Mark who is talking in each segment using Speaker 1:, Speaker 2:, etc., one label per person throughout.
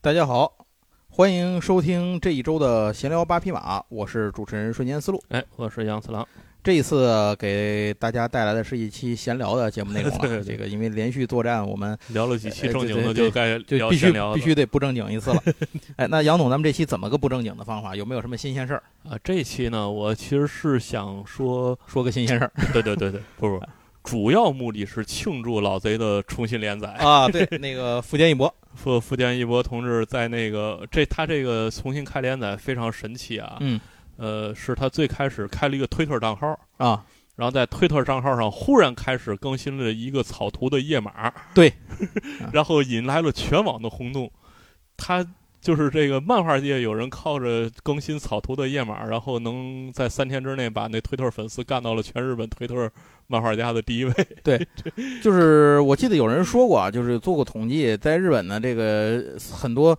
Speaker 1: 大家好，欢迎收听这一周的闲聊八匹马，我是主持人瞬间思路。
Speaker 2: 哎，我是杨次郎。
Speaker 1: 这一次给大家带来的是一期闲聊的节目内容
Speaker 2: 对对
Speaker 1: 了。
Speaker 2: 对
Speaker 1: 这个因为连续作战，我们
Speaker 2: 聊了几期正经
Speaker 1: 哎对
Speaker 2: 的，
Speaker 1: 对
Speaker 2: 就该
Speaker 1: 就
Speaker 2: 聊
Speaker 1: 必须
Speaker 2: 闲聊了
Speaker 1: 必须得不正经一次了。 哎，那杨总，咱们这期怎么个不正经的方法？有没有什么新鲜事儿？
Speaker 2: 啊！这一期呢，我其实是想说，
Speaker 1: 说个新鲜事儿
Speaker 2: 对对对对，不不，主要目的是庆祝老贼的重新连载。
Speaker 1: 啊！对，那个福建一博，
Speaker 2: 说福建一博同志在那个这他这个重新开连载非常神奇啊，
Speaker 1: 嗯
Speaker 2: 呃，是他最开始开了一个推特账号，
Speaker 1: 啊，
Speaker 2: 然后在推特账号上忽然开始更新了一个草图的页码，
Speaker 1: 对，
Speaker 2: 然后引来了全网的轰动。他就是这个漫画界有人靠着更新草图的页码，然后能在三天之内把那推特粉丝干到了全日本推特漫画家的第一 位。
Speaker 1: 就是我记得有人说过啊，就是做过统计，在日本呢，这个很多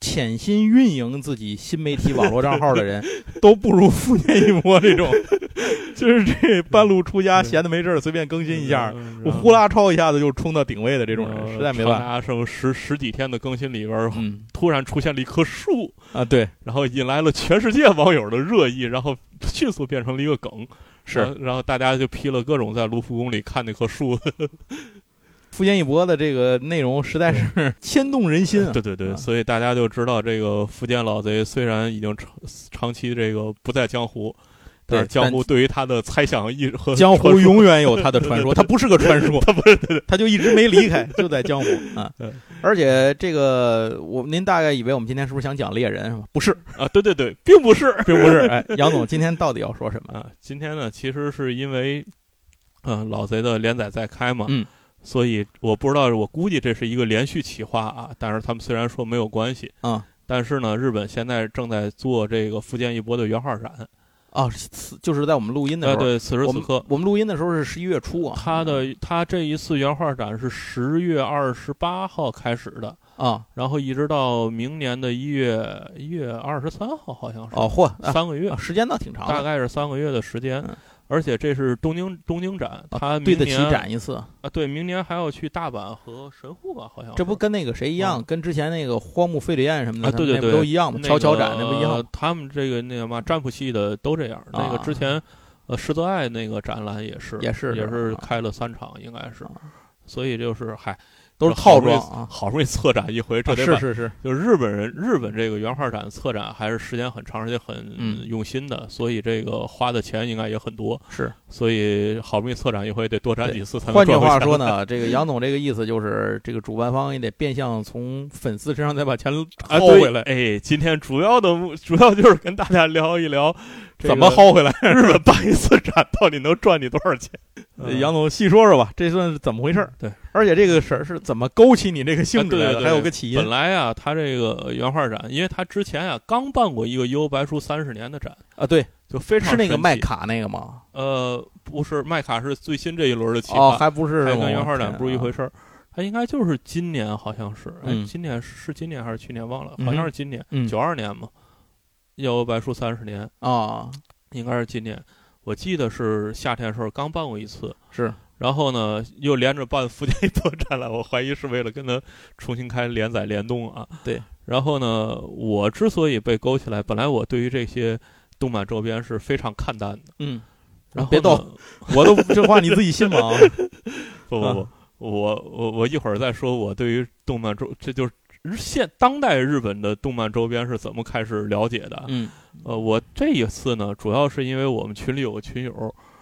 Speaker 1: 潜心运营自己新媒体网络账号的人， 都不如福建一博这 种，就是这半路出家，闲的没事儿随便更新一下，
Speaker 2: 嗯，
Speaker 1: 我
Speaker 2: 呃
Speaker 1: 呼啦超一下子就冲到顶位的这
Speaker 2: 这
Speaker 1: 种人，实在没办法。
Speaker 2: 法。剩十十几天的更新里边儿，
Speaker 1: 嗯
Speaker 2: 突然出现了一棵树，
Speaker 1: 啊，对，
Speaker 2: 然后引来了全世界网友的热议，然后迅速变成了一个梗。
Speaker 1: 是
Speaker 2: 然后，然后大家就批了各种在卢浮宫里看那棵 树，
Speaker 1: 福建一博的这个内容实在是 牵动人心啊。
Speaker 2: 对对对，
Speaker 1: 啊
Speaker 2: 所以大家就知道这个福建老贼虽然已经长长期这个不在江湖，但是
Speaker 1: 对但
Speaker 2: 江湖对于他的猜想一直和
Speaker 1: 江湖
Speaker 2: 传说
Speaker 1: 永远有它的传说， 它不是个传说，它不是，它就一直没离 开，就在江湖啊
Speaker 2: 嗯。
Speaker 1: 而且这个我您大概以为我们今天是不是想讲猎人是吧？不是，
Speaker 2: 啊，对对对，并不是
Speaker 1: 并不是。哎，杨总今天到底要说什么？
Speaker 2: 啊。今天呢，其实是因为嗯、呃老贼的连载在开嘛，
Speaker 1: 嗯
Speaker 2: 所以我不知道，我估计这是一个连续企划啊。但是他们虽然说没有关系，
Speaker 1: 啊
Speaker 2: 但是呢，日本现在正在做这个福建一博的原画展。
Speaker 1: 啊，此就是在我们录音的
Speaker 2: 哎，
Speaker 1: 时候，
Speaker 2: 对，此时
Speaker 1: 我
Speaker 2: 此
Speaker 1: 们
Speaker 2: 刻，
Speaker 1: 我们录音的时候是十一月初啊。
Speaker 2: 他的他这一次原画展是十月二十八号开始的，
Speaker 1: 啊
Speaker 2: 然后一直到明年的一月一月二十三号，好像是、
Speaker 1: 哦嚯，啊
Speaker 2: 三个月，
Speaker 1: 啊时间倒挺长
Speaker 2: 大
Speaker 1: 的，
Speaker 2: 概是三个月的时间。
Speaker 1: 嗯啊
Speaker 2: 而且这是东京东京展，他
Speaker 1: 对
Speaker 2: 明
Speaker 1: 得起
Speaker 2: 年
Speaker 1: 展一次。
Speaker 2: 啊，对，明年还要去大阪和神户吧，好像是
Speaker 1: 这不跟那个谁一样，跟之前那个荒木飞吕彦什么的，
Speaker 2: 哦啊对对
Speaker 1: 那不
Speaker 2: 对
Speaker 1: 都一样吗？
Speaker 2: 那
Speaker 1: 乔乔展
Speaker 2: 个
Speaker 1: 那不一样吗？
Speaker 2: 他们这个那个嘛，占卜系的都这样。那个
Speaker 1: 啊
Speaker 2: 之前，呃，石泽爱那个展览也是，
Speaker 1: 也是
Speaker 2: 也
Speaker 1: 是
Speaker 2: 是
Speaker 1: 吧
Speaker 2: 开了三场，应该是
Speaker 1: 啊。
Speaker 2: 所以就是，嗨，
Speaker 1: 都是
Speaker 2: 这好
Speaker 1: 套
Speaker 2: 不
Speaker 1: 装
Speaker 2: 容易
Speaker 1: 啊。
Speaker 2: 好不容易策展一回，这
Speaker 1: 啊
Speaker 2: 得
Speaker 1: 是
Speaker 2: 把
Speaker 1: 是是，
Speaker 2: 就是日本人，日本这个原画展策展还是时间很长，而且很
Speaker 1: 嗯
Speaker 2: 用心的，所以这个花的钱应该也很多。
Speaker 1: 是，
Speaker 2: 所以好不容易策展一回，得多展几次才能
Speaker 1: 换句
Speaker 2: 赚回
Speaker 1: 话
Speaker 2: 钱
Speaker 1: 说， 呢，这个杨总这个意思就是，这个主办方也得变相从粉丝身上再把钱
Speaker 2: 啊，
Speaker 1: 薅回来，
Speaker 2: 对哎，今天主要的目主要就是跟大家聊一聊、这个
Speaker 1: 怎么薅 回来？
Speaker 2: 日本办一次展到底能赚你多少钱？
Speaker 1: 嗯
Speaker 2: 嗯
Speaker 1: 杨总细说说吧，这算是怎么回事儿？
Speaker 2: 对，
Speaker 1: 而且这个事儿是怎么勾起你这个兴致来
Speaker 2: 啊对
Speaker 1: 的？
Speaker 2: 对对
Speaker 1: 还有个起
Speaker 2: 本
Speaker 1: 因
Speaker 2: 来啊，他这个原画展，因为他之前啊刚办过一个《幽游白书三十年》的展，
Speaker 1: 啊，对，
Speaker 2: 就非常
Speaker 1: 是那个
Speaker 2: 神奇
Speaker 1: 卖。卡那个吗？
Speaker 2: 呃，不是麦卡是最新这一轮的企
Speaker 1: 哦，
Speaker 2: 划，
Speaker 1: 还不是
Speaker 2: 还
Speaker 1: 吗
Speaker 2: 跟原画展不是一回
Speaker 1: 啊
Speaker 2: 事儿。他应该就是今年，好像是，哎
Speaker 1: 嗯
Speaker 2: 今年是是今年还是去年忘了，
Speaker 1: 嗯哼
Speaker 2: 好像是今年，
Speaker 1: 嗯
Speaker 2: 九二年嘛，《幽游白书三十年》
Speaker 1: 啊，
Speaker 2: 应该是今年，我记得是夏天的时候刚办过一次，
Speaker 1: 是
Speaker 2: 然后呢，又连着办福建一博展览，我怀疑是为了跟他重新开连载联动啊。
Speaker 1: 对。
Speaker 2: 然后呢，我之所以被勾起来，本来我对于这些动漫周边是非常看淡的。
Speaker 1: 嗯，
Speaker 2: 然后
Speaker 1: 别
Speaker 2: 呢
Speaker 1: 逗，啊我都这话你自己信 吗？啊
Speaker 2: 不不不，我我我一会儿再说我对于动漫周，这就是日现当代日本的动漫周边是怎么开始了解的。
Speaker 1: 嗯，
Speaker 2: 呃，我这一次呢，主要是因为我们群里有个群友，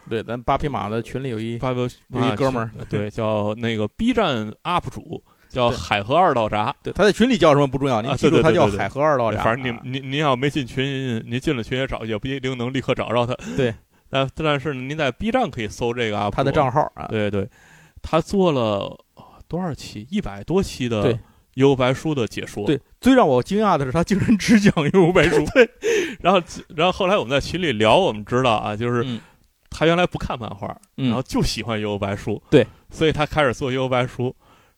Speaker 1: 对，咱八匹马的群里有一
Speaker 2: 发个
Speaker 1: 有一哥们儿，
Speaker 2: oh- 啊对，叫那个 B 站 UP 主，叫
Speaker 1: 对
Speaker 2: 海河二道闸。
Speaker 1: 对，他在群里叫什么不重要，
Speaker 2: 啊
Speaker 1: 您
Speaker 2: 对
Speaker 1: 记住
Speaker 2: 对
Speaker 1: 他
Speaker 2: 对
Speaker 1: 叫
Speaker 2: 对对
Speaker 1: 海河二道啊闸。
Speaker 2: 反正您您您要没进群，您进了群也找也不一定能立刻找着他。
Speaker 1: 对，
Speaker 2: 但但是您在 B 站可以搜这个啊，
Speaker 1: 他的账号啊，
Speaker 2: 对对，他做了哦多少期？一百多期的
Speaker 1: 对
Speaker 2: 《幽游白书》的解说。
Speaker 1: 对，最让我惊讶的是，他竟然只讲《幽游白书》
Speaker 2: 然后然后后来我们在群里聊，我们知道啊，就是
Speaker 1: 嗯
Speaker 2: 他原来不看漫画，
Speaker 1: 嗯
Speaker 2: 然后就喜欢《幽游白书》，
Speaker 1: 对，
Speaker 2: 所以他开始做《幽游白书》。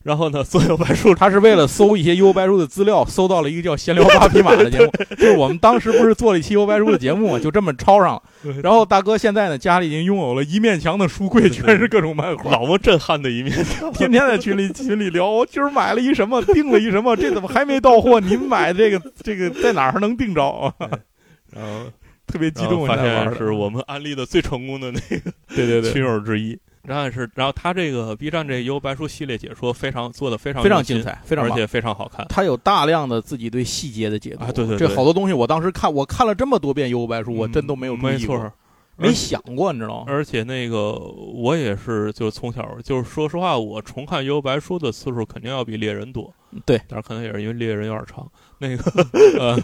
Speaker 2: 然后呢，所有白 书
Speaker 1: 他是为了搜一些优白书的资料，搜到了一个叫“闲聊八匹马”的节目， 就是我们当时不是做了一期优白书的节目嘛，就这么抄上了。然后大哥现在呢，家里已经拥有了一面墙的书柜，全是各种漫画，
Speaker 2: 老么震撼的一面，
Speaker 1: 天天在群里群里聊，我今儿买了一什么，订了一什么，这怎么还没到货？您买这个这个在哪儿还能订着 啊？
Speaker 2: 然后
Speaker 1: 特别激
Speaker 2: 然后
Speaker 1: 动，啊
Speaker 2: 发
Speaker 1: 你知道
Speaker 2: 现
Speaker 1: 吗
Speaker 2: 是我们安利的最成功的那个
Speaker 1: 对对
Speaker 2: 群
Speaker 1: 对，
Speaker 2: 友之一。然后是，然后他这个 B 站这《幽白书》系列解说非常做的非常
Speaker 1: 非常
Speaker 2: 用心
Speaker 1: 精，彩，非常
Speaker 2: 而
Speaker 1: 棒。
Speaker 2: 且非常好看。
Speaker 1: 他有大量的自己对细节的解读
Speaker 2: 啊对对对嗯
Speaker 1: 这好多东西我当时看，我看了这么多遍《幽游白书》，我真都没有注
Speaker 2: 没
Speaker 1: 意过
Speaker 2: 错，，
Speaker 1: 没想过，你知道吗？
Speaker 2: 而且那个我也是，就从小就是说实话，我重看《幽游白书》的次数肯定要比《猎人》多。
Speaker 1: 嗯对，
Speaker 2: 但是可能也是因为《猎人》有点长。那个 呃，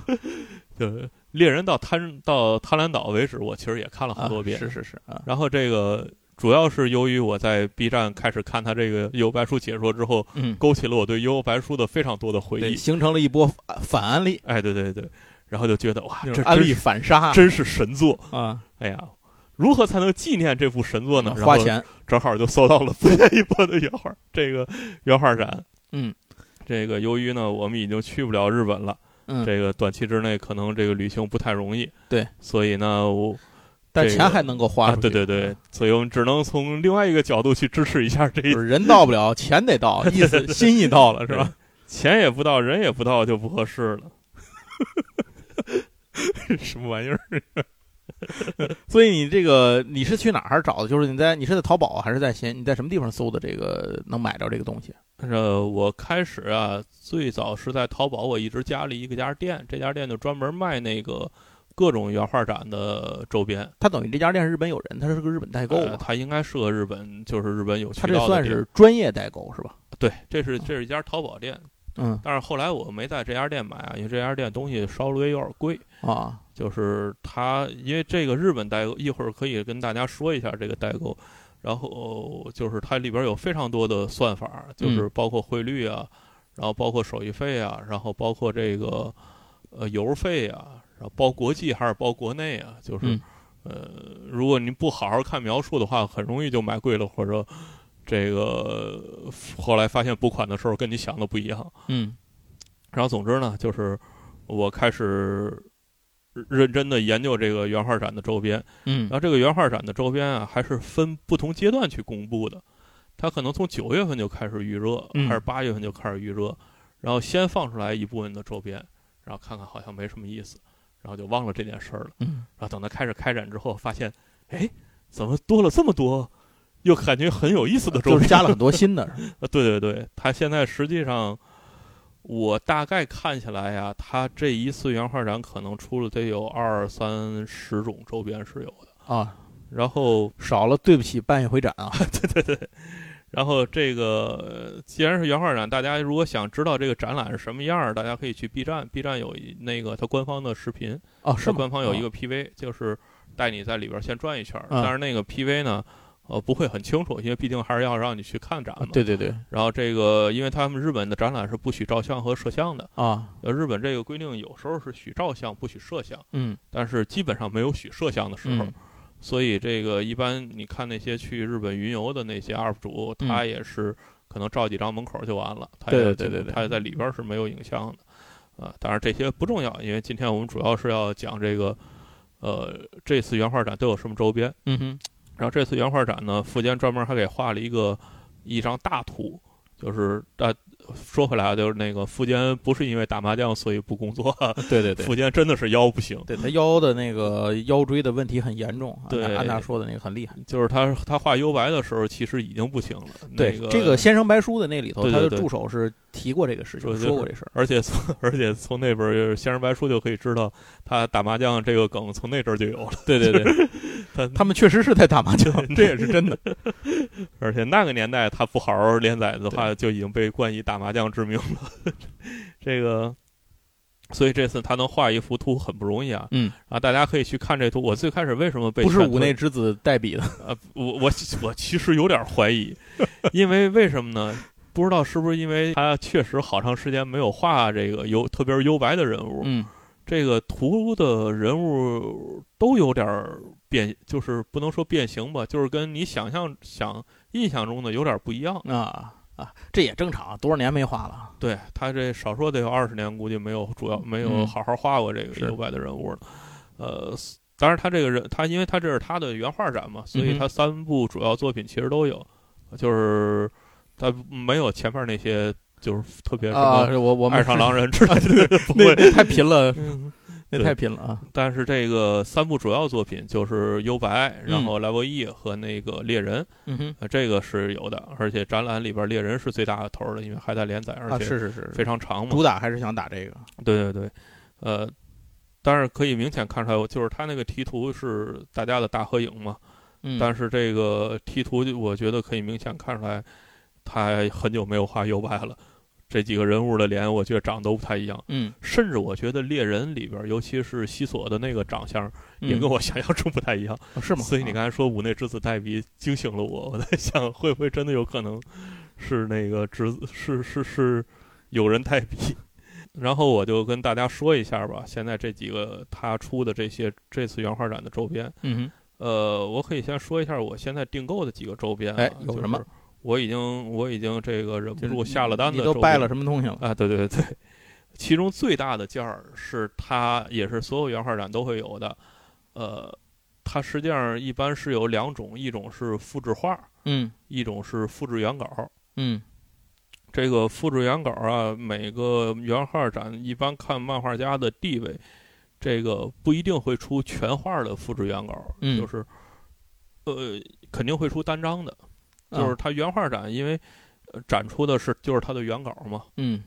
Speaker 2: 对，《猎人》到贪到贪婪岛为止，我其实也看了好多遍。
Speaker 1: 啊是是是啊，
Speaker 2: 然后这个主要是由于我在 B 站开始看他这个《幽游白书》解说之后，
Speaker 1: 嗯，
Speaker 2: 勾起了我对《幽游白书》的非常多的回
Speaker 1: 对，
Speaker 2: 忆。
Speaker 1: 形成了一波反反安利，
Speaker 2: 哎，对对对，然后就觉得哇，
Speaker 1: 那
Speaker 2: 这
Speaker 1: 种安
Speaker 2: 真
Speaker 1: 利
Speaker 2: 是
Speaker 1: 反杀
Speaker 2: 真是神作！
Speaker 1: 啊，
Speaker 2: 哎呀，如何才能纪念这部神作呢？然后
Speaker 1: 嗯花钱，
Speaker 2: 正好就搜到了不愿意播的原画，这个原画展。
Speaker 1: 嗯，
Speaker 2: 这个由于呢，我们已经去不了日本了，
Speaker 1: 嗯，
Speaker 2: 这个短期之内可能这个旅行不太容易。
Speaker 1: 对，
Speaker 2: 所以呢，我
Speaker 1: 但
Speaker 2: 这
Speaker 1: 钱
Speaker 2: 个
Speaker 1: 还能够花
Speaker 2: 啊，
Speaker 1: 出
Speaker 2: 对
Speaker 1: 去，嗯
Speaker 2: 对对，，所以我们只能从另外一个角度去支持一下这一
Speaker 1: 就是人到不 了，钱得到，意思心意到了是吧？？
Speaker 2: 钱也不到，人也不到，就不合适了。 什么玩意儿？
Speaker 1: 所以你这个你是去哪儿找的？就是你在你是在淘宝还是在闲？你在什么地方搜的这个能买着这个东西？
Speaker 2: 呃，我开始啊，最早是在淘宝，我一直加了一个家店，这家店就专门卖那个各种原画展的周边。
Speaker 1: 他等于这家店是日本有人，他是个日本代购
Speaker 2: 呃
Speaker 1: 嘛，
Speaker 2: 它应该是个日本，就是日本有渠
Speaker 1: 他
Speaker 2: 道
Speaker 1: 这
Speaker 2: 的
Speaker 1: 算
Speaker 2: 地
Speaker 1: 是
Speaker 2: 儿
Speaker 1: 专业代购是吧？
Speaker 2: 对，这是这是一家淘宝店，
Speaker 1: 嗯
Speaker 2: 但是后来我没在这家店买啊，因为这家店东西稍微有点贵。
Speaker 1: 啊，
Speaker 2: 就是它，因为这个日本代购，一会儿可以跟大家说一下这个代购。然后呃就是它里边有非常多的算法，就是包括汇率啊，然后包括手续费啊，然后包括这个呃邮费啊，然后包国际还是包国内啊，就是、
Speaker 1: 嗯
Speaker 2: 呃，如果您不好好看描述的话，很容易就买贵了，或者这个呃后来发现补款的时候跟你想的不一样。
Speaker 1: 嗯
Speaker 2: 然后总之呢，就是我开始认真的研究这个原画展的周边，
Speaker 1: 嗯
Speaker 2: 然后这个原画展的周边啊，还是分不同阶段去公布的，它可能从九月份就开始预热，
Speaker 1: 嗯
Speaker 2: 还是八月份就开始预热，然后先放出来一部分的周边，然后看看好像没什么意思，然后就忘了这件事儿了。
Speaker 1: 嗯，
Speaker 2: 然后等它开始开展之后，发现，哎，怎么多了这么多，又感觉很有意思的周
Speaker 1: 就
Speaker 2: 边？
Speaker 1: 是加了很多新的，是吧
Speaker 2: 呃，对对对，他现在实际上，我大概看起来呀，他这一次原画展可能出了得有二三十种周边是有的。
Speaker 1: 啊，
Speaker 2: 然后，
Speaker 1: 少了对不起半夜回展啊，
Speaker 2: 然后这个呃既然是原画展，大家如果想知道这个展览是什么样儿，大家可以去 B 站，B 站有一那个它官方的视频，
Speaker 1: 哦
Speaker 2: 它
Speaker 1: 是吗
Speaker 2: 官方有一
Speaker 1: 啊
Speaker 2: 个 PV，、就是带你在里边儿先转一圈儿。
Speaker 1: 嗯
Speaker 2: 但是那个 PV 呢，呃，不会很清楚，因为毕竟还是要让你去看展嘛。
Speaker 1: 啊对对对
Speaker 2: 然后这个，因为他们日本的展览是不许照相和摄像的，
Speaker 1: 啊，
Speaker 2: 呃，日本这个规定有时候是许照相不许摄像，
Speaker 1: 嗯
Speaker 2: 但是基本上没有许摄像的时候。
Speaker 1: 嗯
Speaker 2: 所以这个一般你看那些去日本云游的那些 UP 主，
Speaker 1: 嗯
Speaker 2: 他也是可能照几张门口就完了，他
Speaker 1: 对
Speaker 2: 也
Speaker 1: 对对对对
Speaker 2: 他也在里边是没有影像的。啊，当然这些不重要，因为今天我们主要是要讲这个，呃，这次原画展都有什么周边。
Speaker 1: 嗯哼
Speaker 2: 然后这次原画展呢，富坚专门还给画了一个一张大图，就是呃，说回来啊，就是那个富坚不是因为打麻将所以不工作，啊
Speaker 1: 对对对
Speaker 2: 富坚真的是腰不行，
Speaker 1: 对他腰的那个腰椎的问题很严重，啊
Speaker 2: 对
Speaker 1: 按他说的那个很厉害。
Speaker 2: 就是他他画幽白的时候其实已经不行了。
Speaker 1: 对
Speaker 2: 那个
Speaker 1: 这个《先生白书》的那里头，
Speaker 2: 对对
Speaker 1: 他
Speaker 2: 对
Speaker 1: 的助手是提过这个事情
Speaker 2: 说，就是
Speaker 1: 说过这事儿。
Speaker 2: 而且从而且从那本《先人白书》就可以知道，他打麻将这个梗从那阵儿就有了。
Speaker 1: 对对对，
Speaker 2: 他
Speaker 1: 他们确实是在打麻将，这也是真的。
Speaker 2: 而且那个年代他不好好连载的话，就已经被冠以打麻将之名了。 这个，所以这次他能画一幅图很不容易啊。
Speaker 1: 嗯，
Speaker 2: 啊，大家可以去看这图。我最开始为什么被
Speaker 1: 不是
Speaker 2: 劝退
Speaker 1: 五内之子代笔的，
Speaker 2: 呃，我我我其实有点怀疑， 因为为什么呢？不知道是不是因为他确实好长时间没有画这个幽，特别是幽白的人物，
Speaker 1: 嗯，
Speaker 2: 这个图的人物都有点儿变，就是不能说变形吧，就是跟你想象想印象中的有点儿不一样。
Speaker 1: 啊啊，这也正常，多少年没画了。
Speaker 2: 对他这少说得有二十年，估计没有主要没有
Speaker 1: 嗯
Speaker 2: 好好画过这个
Speaker 1: 是
Speaker 2: 右外的人物了。呃，当然他这个人，他因为他这是他的原画展嘛，所
Speaker 1: 嗯
Speaker 2: 以
Speaker 1: 哼
Speaker 2: 他三部主要作品其实都有，就是他没有前面那些就是特别什
Speaker 1: 啊，
Speaker 2: 么
Speaker 1: 我我们啊
Speaker 2: 爱上狼人之类的，不
Speaker 1: 那
Speaker 2: 会。
Speaker 1: 那太贫了，
Speaker 2: 嗯
Speaker 1: 那
Speaker 2: 对
Speaker 1: 太贫了啊。
Speaker 2: 但是这个三部主要作品就是《幽白》，然后《莱博 E》和那个《猎人》
Speaker 1: 嗯哼，
Speaker 2: 呃，这个是有的。而且展览里边《猎人》是最大的头儿的，因为还在连载，而
Speaker 1: 啊，
Speaker 2: 且
Speaker 1: 是是是，
Speaker 2: 非常长嘛。
Speaker 1: 主打还是想打这个。
Speaker 2: 对对对，呃，但是可以明显看出来，就是他那个题图是大家的大合影嘛，
Speaker 1: 嗯，
Speaker 2: 但是这个题图就我觉得可以明显看出来，他很久没有画右白了。这几个人物的脸，我觉得长得都不太一样，
Speaker 1: 嗯，
Speaker 2: 甚至我觉得猎人里边，尤其是西索的那个长相，
Speaker 1: 嗯
Speaker 2: 也跟我想象中不太一样。
Speaker 1: 哦 是吗？
Speaker 2: 所以你
Speaker 1: 啊，
Speaker 2: 刚才说五内之子代笔惊醒了我，我在想会不会真的有可能是那个侄子是是是有人代笔。然后我就跟大家说一下吧，现在这几个他出的这些这次原画展的周边，
Speaker 1: 嗯
Speaker 2: 呃，我可以先说一下我现在订购的几个周边、啊，
Speaker 1: 哎有什么？
Speaker 2: 我已经我已经这个
Speaker 1: 哼，
Speaker 2: 忍不
Speaker 1: 就是
Speaker 2: 住下了单
Speaker 1: 你
Speaker 2: 的，
Speaker 1: 都掰了什么东西了？
Speaker 2: 啊，对对对，其中最大的件儿是它也是所有原画展都会有的，呃，它实际上一般是有两种，一种是复制画，
Speaker 1: 嗯
Speaker 2: 一种是复制原稿。
Speaker 1: 嗯
Speaker 2: 这个复制原稿啊，每个原画展一般看漫画家的地位，这个不一定会出全画的复制原稿，
Speaker 1: 嗯
Speaker 2: 就是呃肯定会出单张的，
Speaker 1: 啊
Speaker 2: 就是它原画展因为呃展出的是就是它的原稿嘛，
Speaker 1: 嗯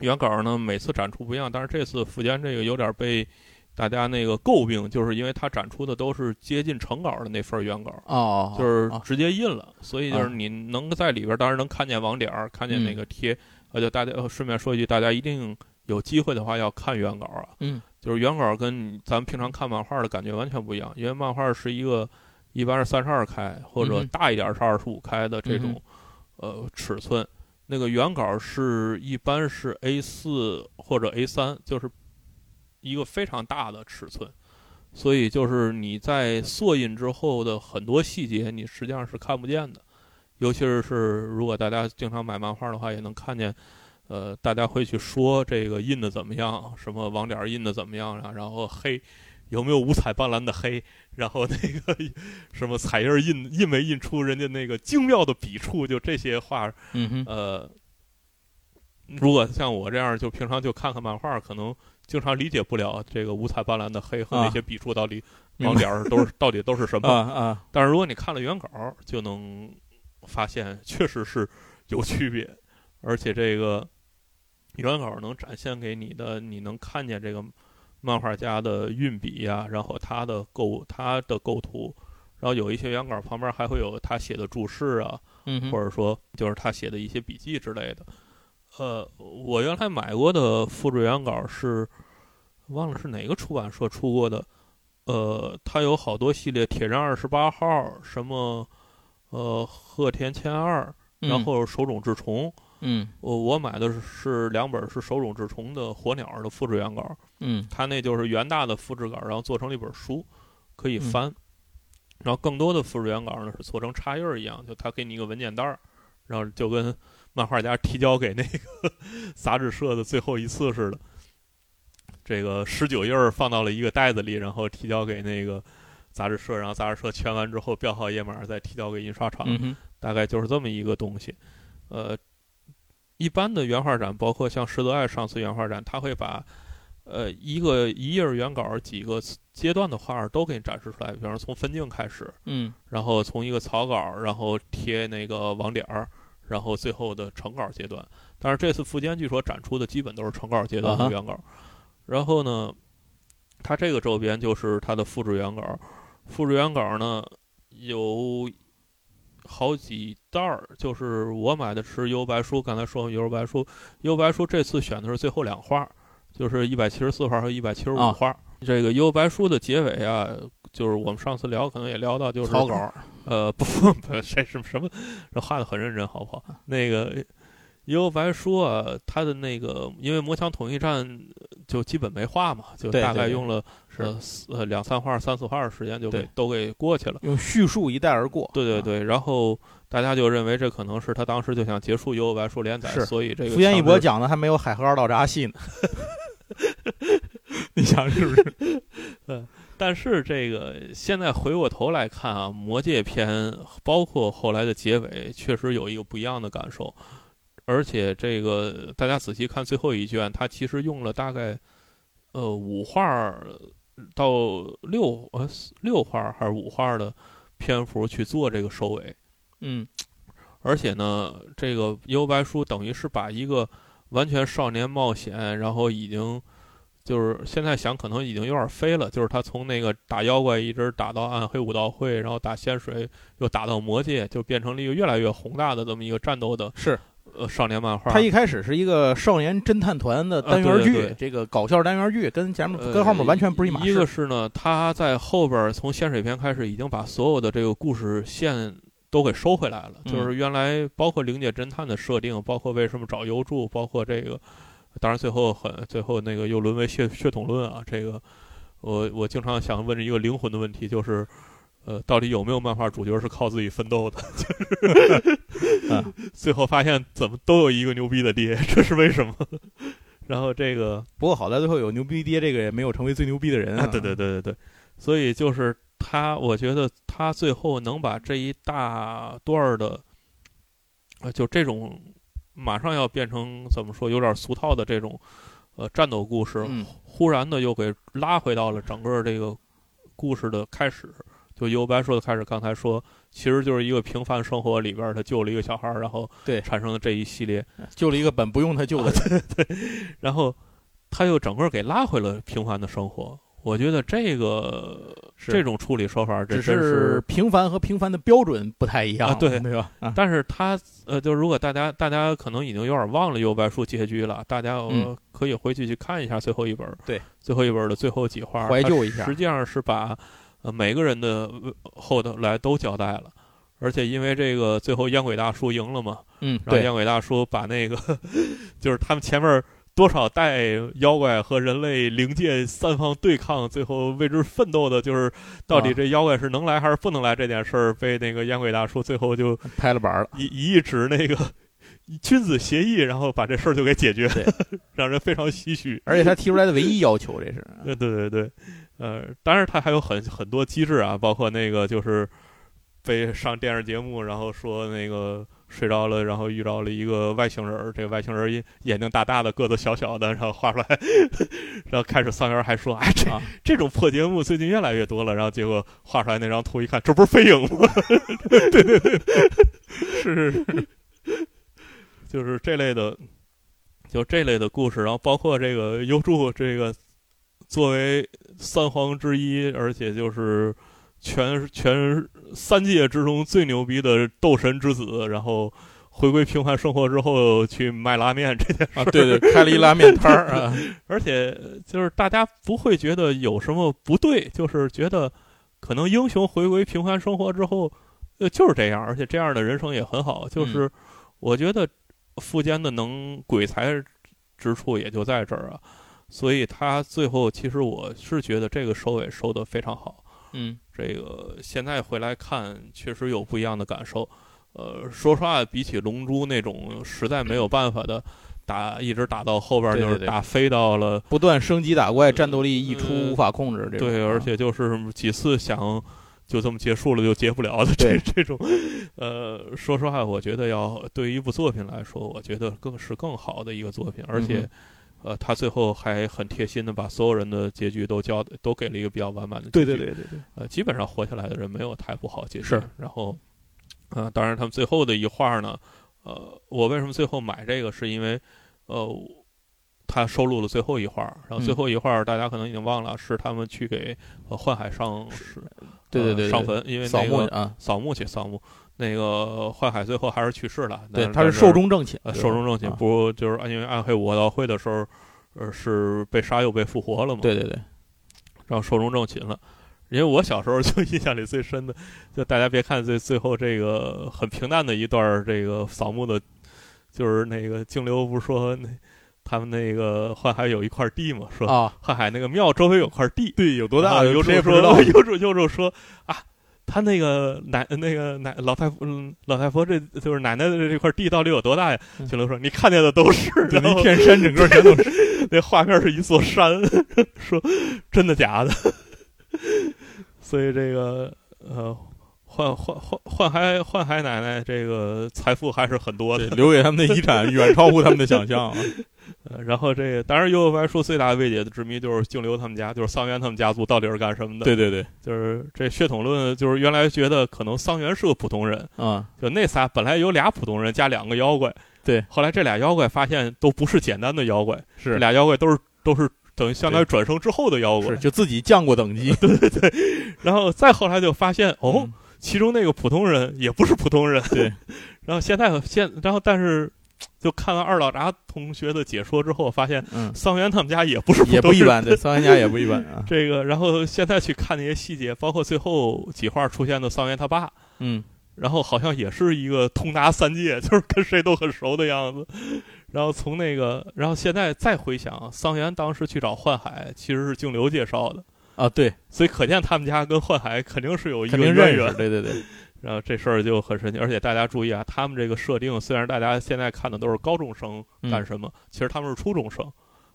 Speaker 2: 原稿呢每次展出不一样，但是这次福建这个有点被大家那个诟病，就是因为它展出的都是接近成稿的那份原稿，
Speaker 1: 哦，嗯
Speaker 2: 就是
Speaker 1: 啊
Speaker 2: 直接印了，所以就是你能在里边，当然能看见网点儿，看
Speaker 1: 嗯
Speaker 2: 见那个贴，而且大家呃顺便说一句，大家一定有机会的话要看原稿啊，
Speaker 1: 嗯
Speaker 2: 就是原稿跟你咱们平常看漫画的感觉完全不一样，因为漫画是一个一般是三十二开或者
Speaker 1: 嗯哼
Speaker 2: 大一点是二十五开的这
Speaker 1: 嗯
Speaker 2: 种、呃尺寸，那个原稿是一般是 A 四或者 A 三，就是一个非常大的尺寸，所以就是你在缩印之后的很多细节你实际上是看不见的，尤其是是如果大家经常买漫画的话，也能看见。呃，大家会去说这个印的怎么样，什么网点儿印的怎么样，然后然后黑有没有五彩斑斓的黑，然后那个什么彩印儿印印没印出人家那个精妙的笔触，就这些画，
Speaker 1: 嗯哼
Speaker 2: 呃，如果像我这样就平常就看看漫画，可能经常理解不了这个五彩斑斓的黑和
Speaker 1: 啊
Speaker 2: 那些笔触到底
Speaker 1: 明白
Speaker 2: 网点儿都是到底都是什么。
Speaker 1: 啊啊，
Speaker 2: 但是如果你看了原稿，就能发现确实是有区别，而且这个原稿能展现给你的，你能看见这个漫画家的运笔呀、然后他的构他的构图，然后有一些原稿旁边还会有他写的注释啊，
Speaker 1: 嗯哼
Speaker 2: 或者说就是他写的一些笔记之类的。呃，我原来买过的复制原稿是忘了是哪个出版社出过的，呃，它有好多系列，《铁人二十八号》什么，呃，鹤田千二，
Speaker 1: 嗯
Speaker 2: 然后手冢治虫。
Speaker 1: 嗯
Speaker 2: 我我买的是是两本是手冢治虫的《火鸟》的复制原稿，
Speaker 1: 嗯
Speaker 2: 它那就是原大的复制稿，然后做成了一本书，可以翻。
Speaker 1: 嗯
Speaker 2: 然后更多的复制原稿呢是做成插页儿一样，就它给你一个文件袋儿，然后就跟漫画家提交给那个 杂志社的最后一次似的。这个十九页儿放到了一个袋子里，然后提交给那个杂志社，然后杂志社圈完之后标好页码，再提交给印刷厂。
Speaker 1: 嗯哼
Speaker 2: 大概就是这么一个东西。呃，一般的原画展，包括像石泽爱上次原画展，他会把呃一个一页原稿几个阶段的画儿都给你展示出来，比方说从分镜开始，
Speaker 1: 嗯
Speaker 2: 然后从一个草稿，然后贴那个网点儿，然后最后的成稿阶段。但是这次福间据说展出的基本都是成稿阶段
Speaker 1: 啊
Speaker 2: 的
Speaker 1: 哈
Speaker 2: 原稿。然后呢，它这个周边就是它的复制原稿，复制原稿呢有好几袋儿，就是我买的是幽白书，刚才说幽白书，幽白书这次选的是最后两画，就是一百七十四画和一百七十五
Speaker 1: 啊
Speaker 2: 画。这个幽白书的结尾啊，就是我们上次聊，可能也聊到，就是
Speaker 1: 草稿
Speaker 2: 呃，不不不，这是什么？这画的很认真，好不好？那个幽白说啊，他的那个，因为魔墙统一战就基本没画嘛，就
Speaker 3: 对
Speaker 2: 大概
Speaker 3: 对
Speaker 2: 用了
Speaker 1: 是
Speaker 2: 呃四呃两三画、三四画的时间就给
Speaker 1: 对
Speaker 2: 都给过去了。
Speaker 1: 用叙述一带而过。
Speaker 2: 对对
Speaker 1: 啊，
Speaker 2: 对，然后大家就认为这可能是他当时就想结束《幽游白书》连载，
Speaker 1: 是
Speaker 2: 所以这个
Speaker 1: 福原一
Speaker 2: 强
Speaker 1: 博
Speaker 2: 制
Speaker 1: 讲的还没有海河二道闸细 呢，你想是不是？
Speaker 2: 但是这个现在回过头来看啊，《魔戒》篇包括后来的结尾，确实有一个不一样的感受。而且这个大家仔细看最后一卷，它其实用了大概呃五画儿到六呃六画儿还是五画儿的篇幅去做这个收尾。
Speaker 1: 嗯，
Speaker 2: 而且呢，这个《幽白书》等于是把一个完全少年冒险，然后已经就是现在想可能已经有点飞了，就是他从那个打妖怪一直打到暗黑武道会，然后打仙水，又打到魔界，就变成了一个越来越宏大的这么一个战斗的
Speaker 1: 是
Speaker 2: 呃少年漫画。
Speaker 1: 他一开始是一个少年侦探团的单元
Speaker 2: 啊对对
Speaker 1: 剧
Speaker 2: 对，
Speaker 1: 这个搞笑单元剧跟前面
Speaker 2: 呃
Speaker 1: 跟后面完全不是一码
Speaker 2: 一个
Speaker 1: 事。
Speaker 2: 是呢，他在后边儿从仙水篇开始，已经把所有的这个故事线都给收回来了。
Speaker 1: 嗯
Speaker 2: 就是原来包括灵界侦探的设定，包括为什么找幽助，包括这个，当然最后很最后那个又沦为血血统论啊。这个我我经常想问一个灵魂的问题，就是。呃，到底有没有漫画主角是靠自己奋斗的？ 就是、
Speaker 1: 啊
Speaker 2: 最后发现怎么都有一个牛逼的爹，这是为什么？ 然后这个
Speaker 1: 不过好在最后有牛逼爹，这个也没有成为最牛逼的人
Speaker 2: 啊，对对对对对，所以就是他，我觉得他最后能把这一大段儿的，呃，就这种马上要变成怎么说，有点俗套的这种呃战斗故事，
Speaker 1: 嗯
Speaker 2: 忽然的又给拉回到了整个这个故事的开始。就由白说的开始，刚才说，其实就是一个平凡生活里边儿，他救了一个小孩儿，然后
Speaker 1: 对
Speaker 2: 产生了这一系列，
Speaker 1: 救了一个本不用他
Speaker 2: 啊
Speaker 1: 救的人。
Speaker 2: 然后他又整个给拉回了平凡的生活。我觉得这个
Speaker 1: 是
Speaker 2: 这种处理手法，这
Speaker 1: 只
Speaker 2: 真是，
Speaker 1: 平凡和平凡的标准不太一样，
Speaker 2: 啊对
Speaker 1: 对吧？啊，
Speaker 2: 但是他呃，就如果大家大家可能已经有点忘了《幽白书》结局了，大家、呃
Speaker 1: 嗯
Speaker 2: 可以回去去看一下最后一本儿，
Speaker 1: 对，
Speaker 2: 最后一本儿的最后几话，
Speaker 1: 怀
Speaker 2: 它
Speaker 1: 旧一下
Speaker 2: 实际上是把呃每个人的呃后头来都交代了。而且因为这个，最后烟鬼大叔赢了嘛，
Speaker 1: 嗯，
Speaker 2: 然后
Speaker 1: 对
Speaker 2: 烟鬼大叔把那个 就是他们前面儿多少代妖怪和人类灵界三方对抗，最后为之奋斗的，就是到底
Speaker 1: 啊
Speaker 2: 这妖怪是能来还是不能来这件事儿，被那个烟鬼大叔最后就
Speaker 1: 拍了板儿了。
Speaker 2: 一一一纸那个 君子协议，然后把这事儿就给解决
Speaker 1: 对，
Speaker 2: 让人非常唏嘘。
Speaker 1: 而且他提出来的唯一要求， 这是
Speaker 2: 对对对对，呃，当然它还有很很多机制啊，包括那个就是被上电视节目，然后说那个睡着了，然后遇到了一个外星人儿，这个外星人儿眼眼睛大大的，个子小小的，然后画出来，然后开始桑园还说，哎，这、
Speaker 1: 啊
Speaker 2: 这种破节目最近越来越多了，然后结果画出来那张图一看，这不是飞影吗？ 对对对，是是是， 就是这类的。就这类的故事，然后包括这个优助这个作为三皇之一，而且就是全全三界之中最牛逼的斗神之子，然后回归平凡生活之后去卖拉面这件事儿、
Speaker 1: 啊，对对，开了一拉面摊儿啊，
Speaker 2: 而且就是大家不会觉得有什么不对，就是觉得可能英雄回归平凡生活之后，呃，就是这样，而且这样的人生也很
Speaker 1: 嗯
Speaker 2: 好。就是我觉得富坚的能鬼才之处也就在这儿啊，所以他最后其实我是觉得这个收尾收得非常好。
Speaker 1: 嗯，
Speaker 2: 这个现在回来看，确实有不一样的感受。呃，说实话，比起《龙珠》那种实在没有办法的打，一直打到后边儿
Speaker 1: 对
Speaker 2: 就
Speaker 1: 对
Speaker 2: 是
Speaker 1: 对
Speaker 2: 打飞到了
Speaker 1: 不断升级打怪，战斗力溢出，无法控制。这种啊
Speaker 2: 对，而且就是几次想就这么结束了就结不了的这
Speaker 1: 对
Speaker 2: 这种，呃，说实话，我觉得要对于一部作品来说，我觉得更是更好的一个作品，而且
Speaker 1: 嗯。
Speaker 2: 呃，他最后还很贴心的把所有人的结局都交都给了一个比较完满的
Speaker 1: 对
Speaker 2: 结局。
Speaker 1: 对对对对，
Speaker 2: 呃，基本上活下来的人没有太不好结局。
Speaker 1: 是，
Speaker 2: 然后，呃，当然他们最后的一画呢，呃，我为什么最后买这个，是因为，呃，他收录了最后一画，然后最
Speaker 1: 嗯
Speaker 2: 后一画大家可能已经忘了，是他们去给呃幻海上是，
Speaker 1: 对对对
Speaker 2: 呃
Speaker 1: 对
Speaker 2: 上坟，因为
Speaker 1: 扫
Speaker 2: 那
Speaker 1: 墓
Speaker 2: 个
Speaker 1: 啊，
Speaker 2: 扫墓去扫墓，那个幻海最后还是去世了，
Speaker 1: 对，
Speaker 2: 但
Speaker 1: 他是
Speaker 2: 但
Speaker 1: 寿终正寝
Speaker 2: 呃，，寿终正寝，
Speaker 1: 啊
Speaker 2: 不就是因为暗黑武道会的时候，呃，是被杀又被复活了嘛？
Speaker 1: 对对对，
Speaker 2: 然后寿终正寝了。因为我小时候 就印象里最深的，就大家别看最最后这个很平淡的一段儿这个扫墓的，就是那个静流不是说那他们那个宦海有一块地嘛，说
Speaker 1: 啊，
Speaker 2: 宦海那个庙周围有块地，
Speaker 3: 地有多大？
Speaker 2: 然后
Speaker 3: 有
Speaker 2: 有
Speaker 3: 谁也
Speaker 2: 主
Speaker 3: 不知道
Speaker 2: 说，。有主有主说啊，他那个奶那个奶老太婆嗯老太婆这就是奶奶的这块地到底有多大呀？
Speaker 1: 嗯
Speaker 2: 秦楼说你看见的都是，
Speaker 3: 就
Speaker 2: 然
Speaker 3: 那
Speaker 2: 后
Speaker 3: 一片山，整个全都 是。
Speaker 2: 那画面是一座山， 说真的假的？ 所以这个呃，换换换换海换海奶奶这个财富还是很多的。
Speaker 3: 留给他们的遗产远超乎他们的想象啊！
Speaker 2: 呃然后这个，当然幽游白书最大的未解之谜就是静流他们家，就是桑原他们家族到底是干什么的？，
Speaker 3: 对对对，
Speaker 2: 就是这血统论，就是原来觉得可能桑原是个普通人，
Speaker 1: 嗯，
Speaker 2: 就那仨本来有俩普通人加两个妖怪，
Speaker 3: 对，
Speaker 2: 后来这俩妖怪发现都不是简单的妖怪，这
Speaker 3: 是
Speaker 2: 俩妖怪都是都是等于相当于转生之后的妖怪
Speaker 1: 是，就自己降过等 级，
Speaker 2: 然后再后来就发现哦，
Speaker 3: 嗯
Speaker 2: 其中那个普通人也不是普通人，
Speaker 3: 对，
Speaker 2: 然后现在现然后但是就看完二老闸同学的解说之后，发现
Speaker 1: 嗯，
Speaker 2: 桑原他们家也不是普通
Speaker 1: 也
Speaker 2: 人
Speaker 1: 不一般，对，桑原家也不一般啊，
Speaker 2: 这个，然后现在去看那些细节，包括最后几话出现的桑原他爸，
Speaker 1: 嗯，
Speaker 2: 然后好像也是一个通达三界， 就是跟谁都很熟的样子。然后从那个，然后现在再回想，桑原当时去找幻海，其实是静流介绍的，
Speaker 1: 啊，对，
Speaker 2: 所以可见他们家跟幻海肯定是有 一个
Speaker 1: 肯定
Speaker 2: 渊
Speaker 1: 认识，
Speaker 2: 源。
Speaker 1: 对对对，
Speaker 2: 然后这事儿就很神奇，而且大家注意啊，他们这个设定虽然大家现在看的都是高中生
Speaker 1: 嗯
Speaker 2: 干什么，其实他们是初中生，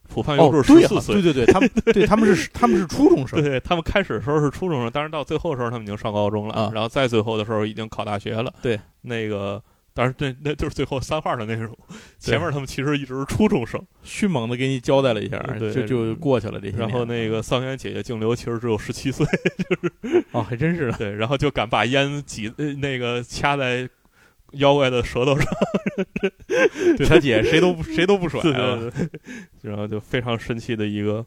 Speaker 2: 普范
Speaker 1: 哦
Speaker 2: 优，助
Speaker 1: 对
Speaker 2: 十
Speaker 1: 啊
Speaker 2: 四岁。
Speaker 1: 对对对，他们对他们是他们是初中生，
Speaker 2: 对他们开始的时候是初中生，但是到最后的时候他们已经上高中了，
Speaker 1: 啊
Speaker 2: 然后再最后的时候已经考大学了。
Speaker 1: 对，
Speaker 2: 那个当然那那就是最后三话的内容，前面他们其实一直是初中生。
Speaker 1: 迅猛的给你交代了一下，
Speaker 2: 对
Speaker 1: 就就过去了这些年，
Speaker 2: 然后那个桑原姐姐静流其实只有十七岁，
Speaker 1: 哦，还真是的，
Speaker 2: 对，然后就敢把烟挤呃那个掐在妖怪的舌头上，
Speaker 3: 对他姐谁都不谁都不甩
Speaker 2: 对
Speaker 3: 啊！
Speaker 2: 对对，然后就非常神奇的一个。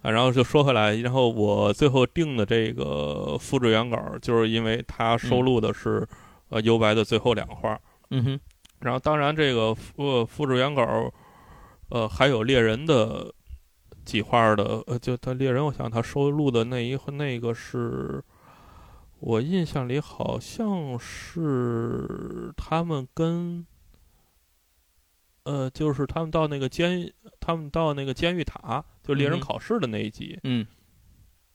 Speaker 2: 啊，然后就说回来，然后我最后定的这个复制原稿，就是因为它
Speaker 3: 嗯
Speaker 2: 收录的是、呃幽白的最后两话，
Speaker 1: 嗯哼，
Speaker 2: 然后当然这个复呃复制原稿，呃还有猎人的几画的，呃就他猎人，我想他收录的那一那个是，我印象里好像是他们跟，呃就是他们到那个监他们到那个监狱塔，就猎人
Speaker 1: 嗯哼
Speaker 2: 考试的那一集，
Speaker 1: 嗯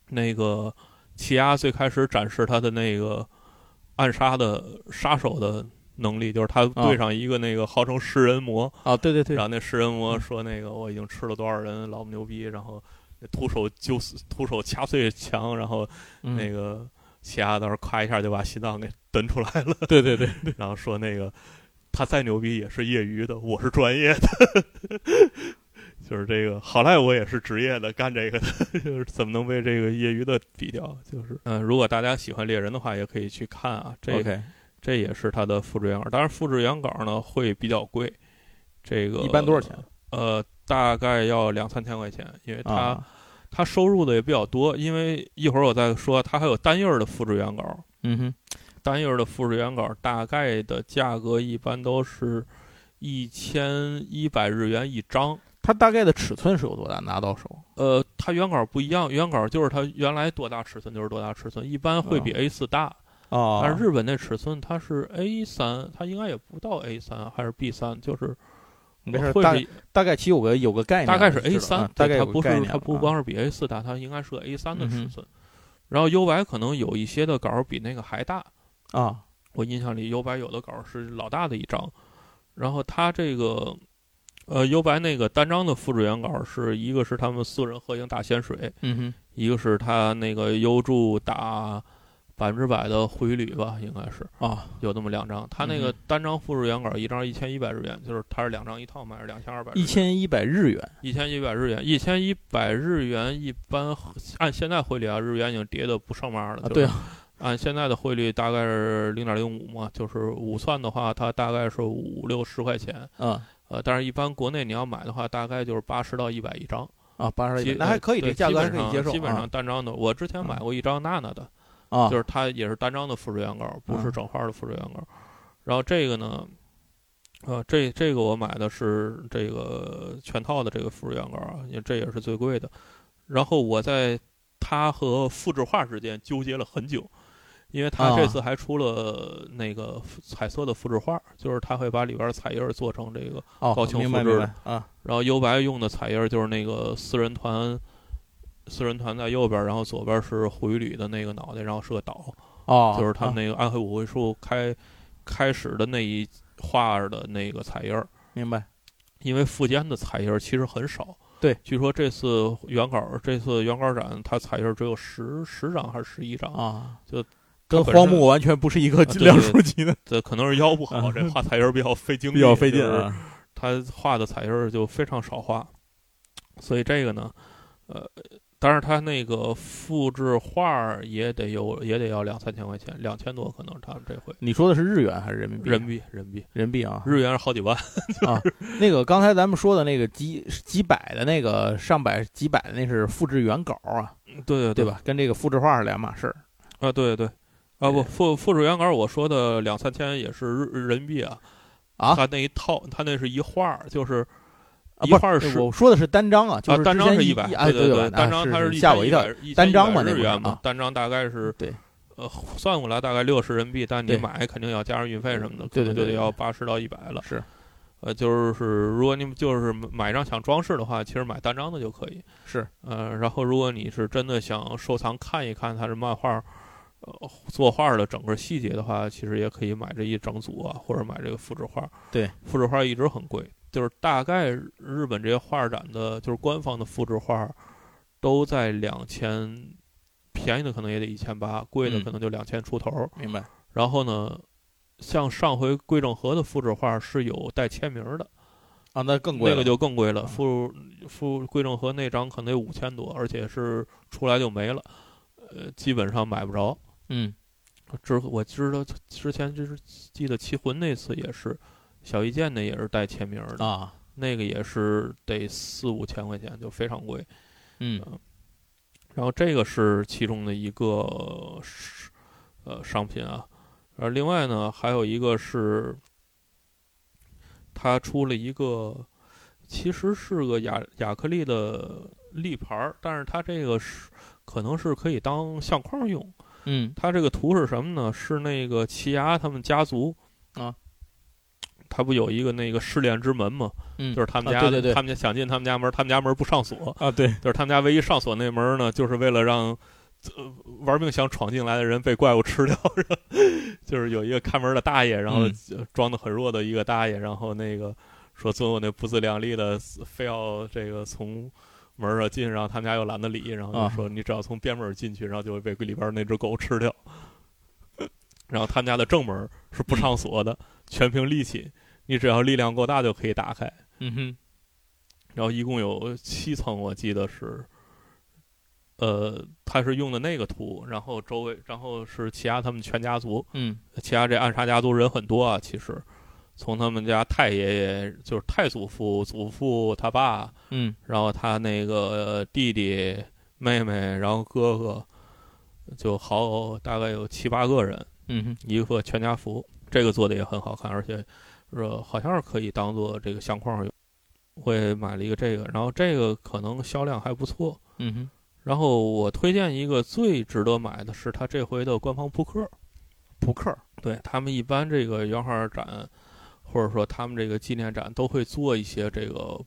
Speaker 2: 那个奇亚最开始展示他的那个暗杀的杀手的能力，就是他对上一个那个号称食人魔，
Speaker 1: 啊，对啊对对嗯
Speaker 2: 然，后那食人魔说那个我已经吃了多少人，老牛逼，然后徒手揪死徒手掐碎墙，然后
Speaker 1: 嗯
Speaker 2: 那个奇亚当时咔一下就把心脏给蹬出来了，
Speaker 3: 对对对，
Speaker 2: 然后说那个他再牛逼也是业余的，我是专业的， 就是这个好赖我也是职业的，干这个的， 就是怎么能被这个业余的比掉？就是嗯、如果大家喜欢猎人的话，也可以去看啊，这
Speaker 1: OK，
Speaker 2: 这也是它的复制原稿，当然复制原稿呢会比较贵，这个
Speaker 1: 一般多少钱？
Speaker 2: 呃，大概要两三千块钱，因为它、
Speaker 1: 啊，
Speaker 2: 它收入的也比较多，因为一会儿我再说，它还有单页儿的复制原稿，
Speaker 1: 嗯哼，
Speaker 2: 单页儿的复制原稿大概的价格一般都是一千一百日元一张。
Speaker 1: 它大概的尺寸是有多大？拿到手
Speaker 2: 呃，它原稿不一样，原稿就是它原来多大尺寸就是多大尺寸，一般会比 A 4大，
Speaker 1: 啊
Speaker 2: 但是日本那尺寸它是 A 3它应该也不到 A 3还是 B 3就是
Speaker 1: 没事，
Speaker 2: 会
Speaker 1: 大
Speaker 2: 比
Speaker 1: 大概其有个有个概念了，
Speaker 2: 大概是
Speaker 1: 就
Speaker 2: A
Speaker 1: 知道
Speaker 2: 三、
Speaker 1: 啊大概有
Speaker 2: 它
Speaker 1: 个
Speaker 2: 不是
Speaker 1: 概念了
Speaker 2: 它
Speaker 1: 啊
Speaker 2: 不光是比 A 四大，它应该是个 A 三的尺
Speaker 1: 嗯哼
Speaker 2: 寸。然后优白可能有一些的稿儿比那个还大，
Speaker 1: 啊，
Speaker 2: 我印象里优白有的稿儿是老大的一张，然后它这个。呃，优白那个单张的复制原稿儿是一个是他们四人合影打仙水，
Speaker 1: 嗯哼，
Speaker 2: 一个是他那个优助打百分之百的回旅吧，应该是
Speaker 1: 啊
Speaker 2: 有那么两张。他那个
Speaker 1: 嗯哼
Speaker 2: 单张复制原稿儿一张一千一百日元，就是它是两张一套卖，是两千二百。
Speaker 1: 一千一百日元
Speaker 2: 一千一百日元，一千一百日元一般按现在汇率啊，日元已经跌得不上万了。
Speaker 1: 啊，
Speaker 2: 就是
Speaker 1: 对啊，
Speaker 2: 按现在的汇率大概是零点零五嘛，就是五算的话，它大概是五六十块钱。
Speaker 1: 啊
Speaker 2: 呃，但是一般国内你要买的话，大概就是八十到一百一张。
Speaker 1: 啊，八十
Speaker 2: 基
Speaker 1: 一，那还可以，
Speaker 2: 对
Speaker 1: 这价格还
Speaker 2: 基
Speaker 1: 可
Speaker 2: 本
Speaker 1: 以
Speaker 2: 上
Speaker 1: 接受
Speaker 2: 基本上
Speaker 1: 啊
Speaker 2: 单张的，我之前买过一张娜娜的，
Speaker 1: 啊，
Speaker 2: 就是它也是单张的复制原稿，不是
Speaker 1: 嗯
Speaker 2: 整画的复制原稿。然后这个呢，呃，这这个我买的是这个全套的这个复制原稿啊，也这也是最贵的。然后我在它和复制画之间纠结了很久，因为他这次还出了那个彩色的复制画，就是他会把里边彩页做成这个，
Speaker 1: 哦，
Speaker 2: 高清
Speaker 1: 明白
Speaker 2: 复制
Speaker 1: 明
Speaker 2: 的
Speaker 1: 白啊，
Speaker 2: 然后优白用的彩页就是那个四人团，四人团在右边，然后左边是胡一吕的那个脑袋，然后是个岛，
Speaker 1: 哦，
Speaker 2: 就是他们
Speaker 1: 啊
Speaker 2: 那个暗黑舞会术开开始的那一画的那个彩页儿，
Speaker 1: 明白
Speaker 2: 因为富坚的彩页儿其实很少。
Speaker 1: 对，
Speaker 2: 据说这次原稿，这次原稿展，它彩页儿只有十十张还是十一张？
Speaker 1: 啊，
Speaker 2: 就
Speaker 1: 跟
Speaker 2: 它本身
Speaker 1: 荒木完全不是一个
Speaker 2: 啊对
Speaker 1: 量数级的，
Speaker 2: 这可能是腰不好，
Speaker 3: 啊
Speaker 2: 这画彩页儿比较费精力，
Speaker 3: 比较费劲
Speaker 2: 就是
Speaker 3: 啊。
Speaker 2: 他画的彩印儿就非常少画，所以这个呢，呃，但是他那个复制画儿也得有，也得要两三千块钱，两千多可能他们这回
Speaker 1: 你说的是日元还是人民币？
Speaker 2: 人民币人民币
Speaker 1: 人民币啊，
Speaker 2: 日元是好几万，
Speaker 1: 那个刚才咱们说的那个几几百的那个上百几百的那是复制原稿啊，
Speaker 2: 对对
Speaker 1: 对？吧？跟这个复制画是两码事儿。
Speaker 2: 啊，对对对。啊不，
Speaker 1: 对
Speaker 2: 复复制原稿我说的两三千也是日人民币啊，
Speaker 1: 啊
Speaker 2: 他那一套，他那是一画儿，就是
Speaker 1: 啊，
Speaker 2: 一
Speaker 1: 不
Speaker 2: 块是
Speaker 1: 我说的是单张啊，就
Speaker 2: 啊
Speaker 1: 是
Speaker 2: 单
Speaker 1: 之
Speaker 2: 张
Speaker 1: 前
Speaker 2: 是
Speaker 1: 一
Speaker 2: 百，
Speaker 1: 哎，
Speaker 2: 对
Speaker 1: 对吧
Speaker 2: 对，单张
Speaker 1: 啊
Speaker 2: 它
Speaker 1: 是
Speaker 2: 一
Speaker 1: 吓我一跳，
Speaker 2: 一
Speaker 1: 单张嘛那
Speaker 2: 日
Speaker 1: 不是
Speaker 2: 元嘛
Speaker 1: 啊，
Speaker 2: 单张大概是
Speaker 1: 对，
Speaker 2: 呃，算过来大概六十人民币，但你
Speaker 1: 对嗯
Speaker 2: 买肯定要加上运费什么的，
Speaker 1: 对对
Speaker 2: 可
Speaker 1: 对
Speaker 2: 能就得
Speaker 1: 对
Speaker 2: 要八十到一百了。
Speaker 1: 是，
Speaker 2: 呃，就是如果你就是买一张想装饰的话，其实买单张的就可以。
Speaker 1: 是，
Speaker 2: 呃，然后如果你是真的想收藏看一看它的漫画。呃，作画的整个细节的话，其实也可以买这一整组啊，或者买这个复制画。
Speaker 1: 对，
Speaker 2: 复制画一直很贵，就是大概日本这些画展的，就是官方的复制画，都在两千，便宜的可能也得一千八，贵的
Speaker 1: 嗯
Speaker 2: 可能就两千出头。
Speaker 1: 明白
Speaker 2: 然后呢，像上回桂正和的复制画是有带签名的，
Speaker 1: 啊，那更贵
Speaker 2: 那个
Speaker 1: 了
Speaker 2: 就更贵了，
Speaker 1: 啊
Speaker 2: 复复桂正和那张可能有五千多，而且是出来就没了，呃，基本上买不着。
Speaker 1: 嗯
Speaker 2: 之我知道之前就是记得棋魂那次也是，小一剑那也是带签名的，
Speaker 1: 啊
Speaker 2: 那个也是得四五千块钱，就非常贵。
Speaker 1: 嗯
Speaker 2: 然后这个是其中的一个呃是呃商品啊，而另外呢还有一个是，它出了一个其实是个亚亚克力的立牌儿，但是它这个是可能是可以当相框用。
Speaker 1: 嗯
Speaker 2: 它这个图是什么呢？是那个奇牙他们家族
Speaker 1: 啊。
Speaker 2: 他不有一个那个试炼之门吗？
Speaker 1: 嗯，
Speaker 2: 就是他们
Speaker 1: 啊
Speaker 2: 家，
Speaker 1: 对对对
Speaker 2: 他们家想进他们家门，他们家门不上锁，
Speaker 3: 啊，对，
Speaker 2: 就是他们家唯一上锁那门儿呢，就是为了让、呃、玩命想闯进来的人被怪物吃掉。 然后就是有一个看门的大爷，然后
Speaker 1: 嗯
Speaker 2: 呃装的很弱的一个大爷，然后那个说总有那不自量力的，非要这个从门儿上进，然后他们家又懒得理，然后
Speaker 1: 啊
Speaker 2: 就说你只要从边门儿进去，然后就会被里边儿那只狗吃掉。 然后他们家的正门儿是不
Speaker 1: 嗯
Speaker 2: 上锁的，全凭力气，你只要力量够大就可以打开。
Speaker 1: 嗯哼
Speaker 2: 然后一共有七层，我记得是，呃，他是用的那个图，然后周围，然后是齐亚他们全家族，
Speaker 1: 嗯
Speaker 2: 齐亚这暗杀家族人很多啊，其实，从他们家太爷爷就是太祖父、祖父他爸，
Speaker 1: 嗯
Speaker 2: 然后他那个弟弟、妹妹，然后哥哥，就好大概有七八个人，
Speaker 1: 嗯哼
Speaker 2: 一个全家福，这个做的也很好看，而且呃好像是可以当做这个相框用。我也买了一个这个，然后这个可能销量还不错。
Speaker 1: 嗯哼
Speaker 2: 然后我推荐一个最值得买的是它这回的官方扑克，
Speaker 1: 扑克儿
Speaker 2: 对他们一般这个原画展或者说他们这个纪念展都会做一些这个，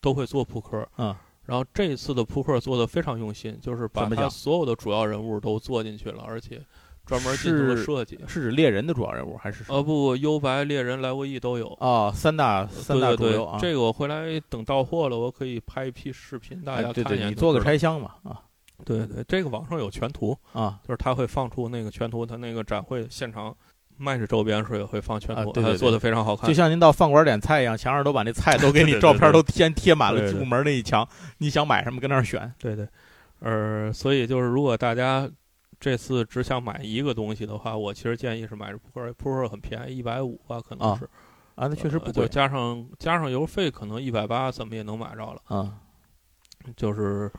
Speaker 2: 都会做扑克。
Speaker 1: 嗯，
Speaker 2: 然后这次的扑克做的非常用心，就是把
Speaker 1: 怎么
Speaker 2: 他
Speaker 1: 讲
Speaker 2: 所有的主要人物都做进去了，而且专门进行了
Speaker 1: 是
Speaker 2: 设计。
Speaker 1: 是指猎人的主要人物还是什么
Speaker 2: 呃，不，幽白、猎人、莱沃伊都有。
Speaker 1: 哦三大三大
Speaker 2: 对
Speaker 1: 主
Speaker 2: 对
Speaker 1: 流
Speaker 2: 对
Speaker 1: 啊，，
Speaker 2: 这个我回来等到货了，我可以拍一批视频，大家
Speaker 1: 哎对
Speaker 2: 看一
Speaker 1: 对，
Speaker 2: 眼。
Speaker 1: 你做个。拆箱嘛啊
Speaker 2: 对对，这个网上有全图，
Speaker 1: 啊
Speaker 2: 就是他会放出那个全图，他那个展会现场卖的周边时候也会放全
Speaker 1: 啊
Speaker 2: 图，
Speaker 1: 对对
Speaker 2: 他
Speaker 1: 对
Speaker 2: 做的非常好看
Speaker 1: 就。像您到饭馆点菜一样，墙上都把那菜都给
Speaker 2: 对
Speaker 1: 你
Speaker 2: 对
Speaker 1: 照片
Speaker 2: 对
Speaker 1: 都先贴满
Speaker 2: 对
Speaker 1: 了，
Speaker 2: 对
Speaker 1: 入门那一墙，你想买什么跟那儿选。
Speaker 2: 对对，呃，所以就是如果大家这次只想买一个东西的话，我其实建议是买扑克，扑克很便宜，一百五吧，可能
Speaker 1: 啊
Speaker 2: 是。
Speaker 1: 啊，那确实
Speaker 2: 呃
Speaker 1: 不
Speaker 2: 就
Speaker 1: 贵
Speaker 2: 加上加上邮费，可能一百八怎么也能买着了。
Speaker 1: 啊。
Speaker 2: 就是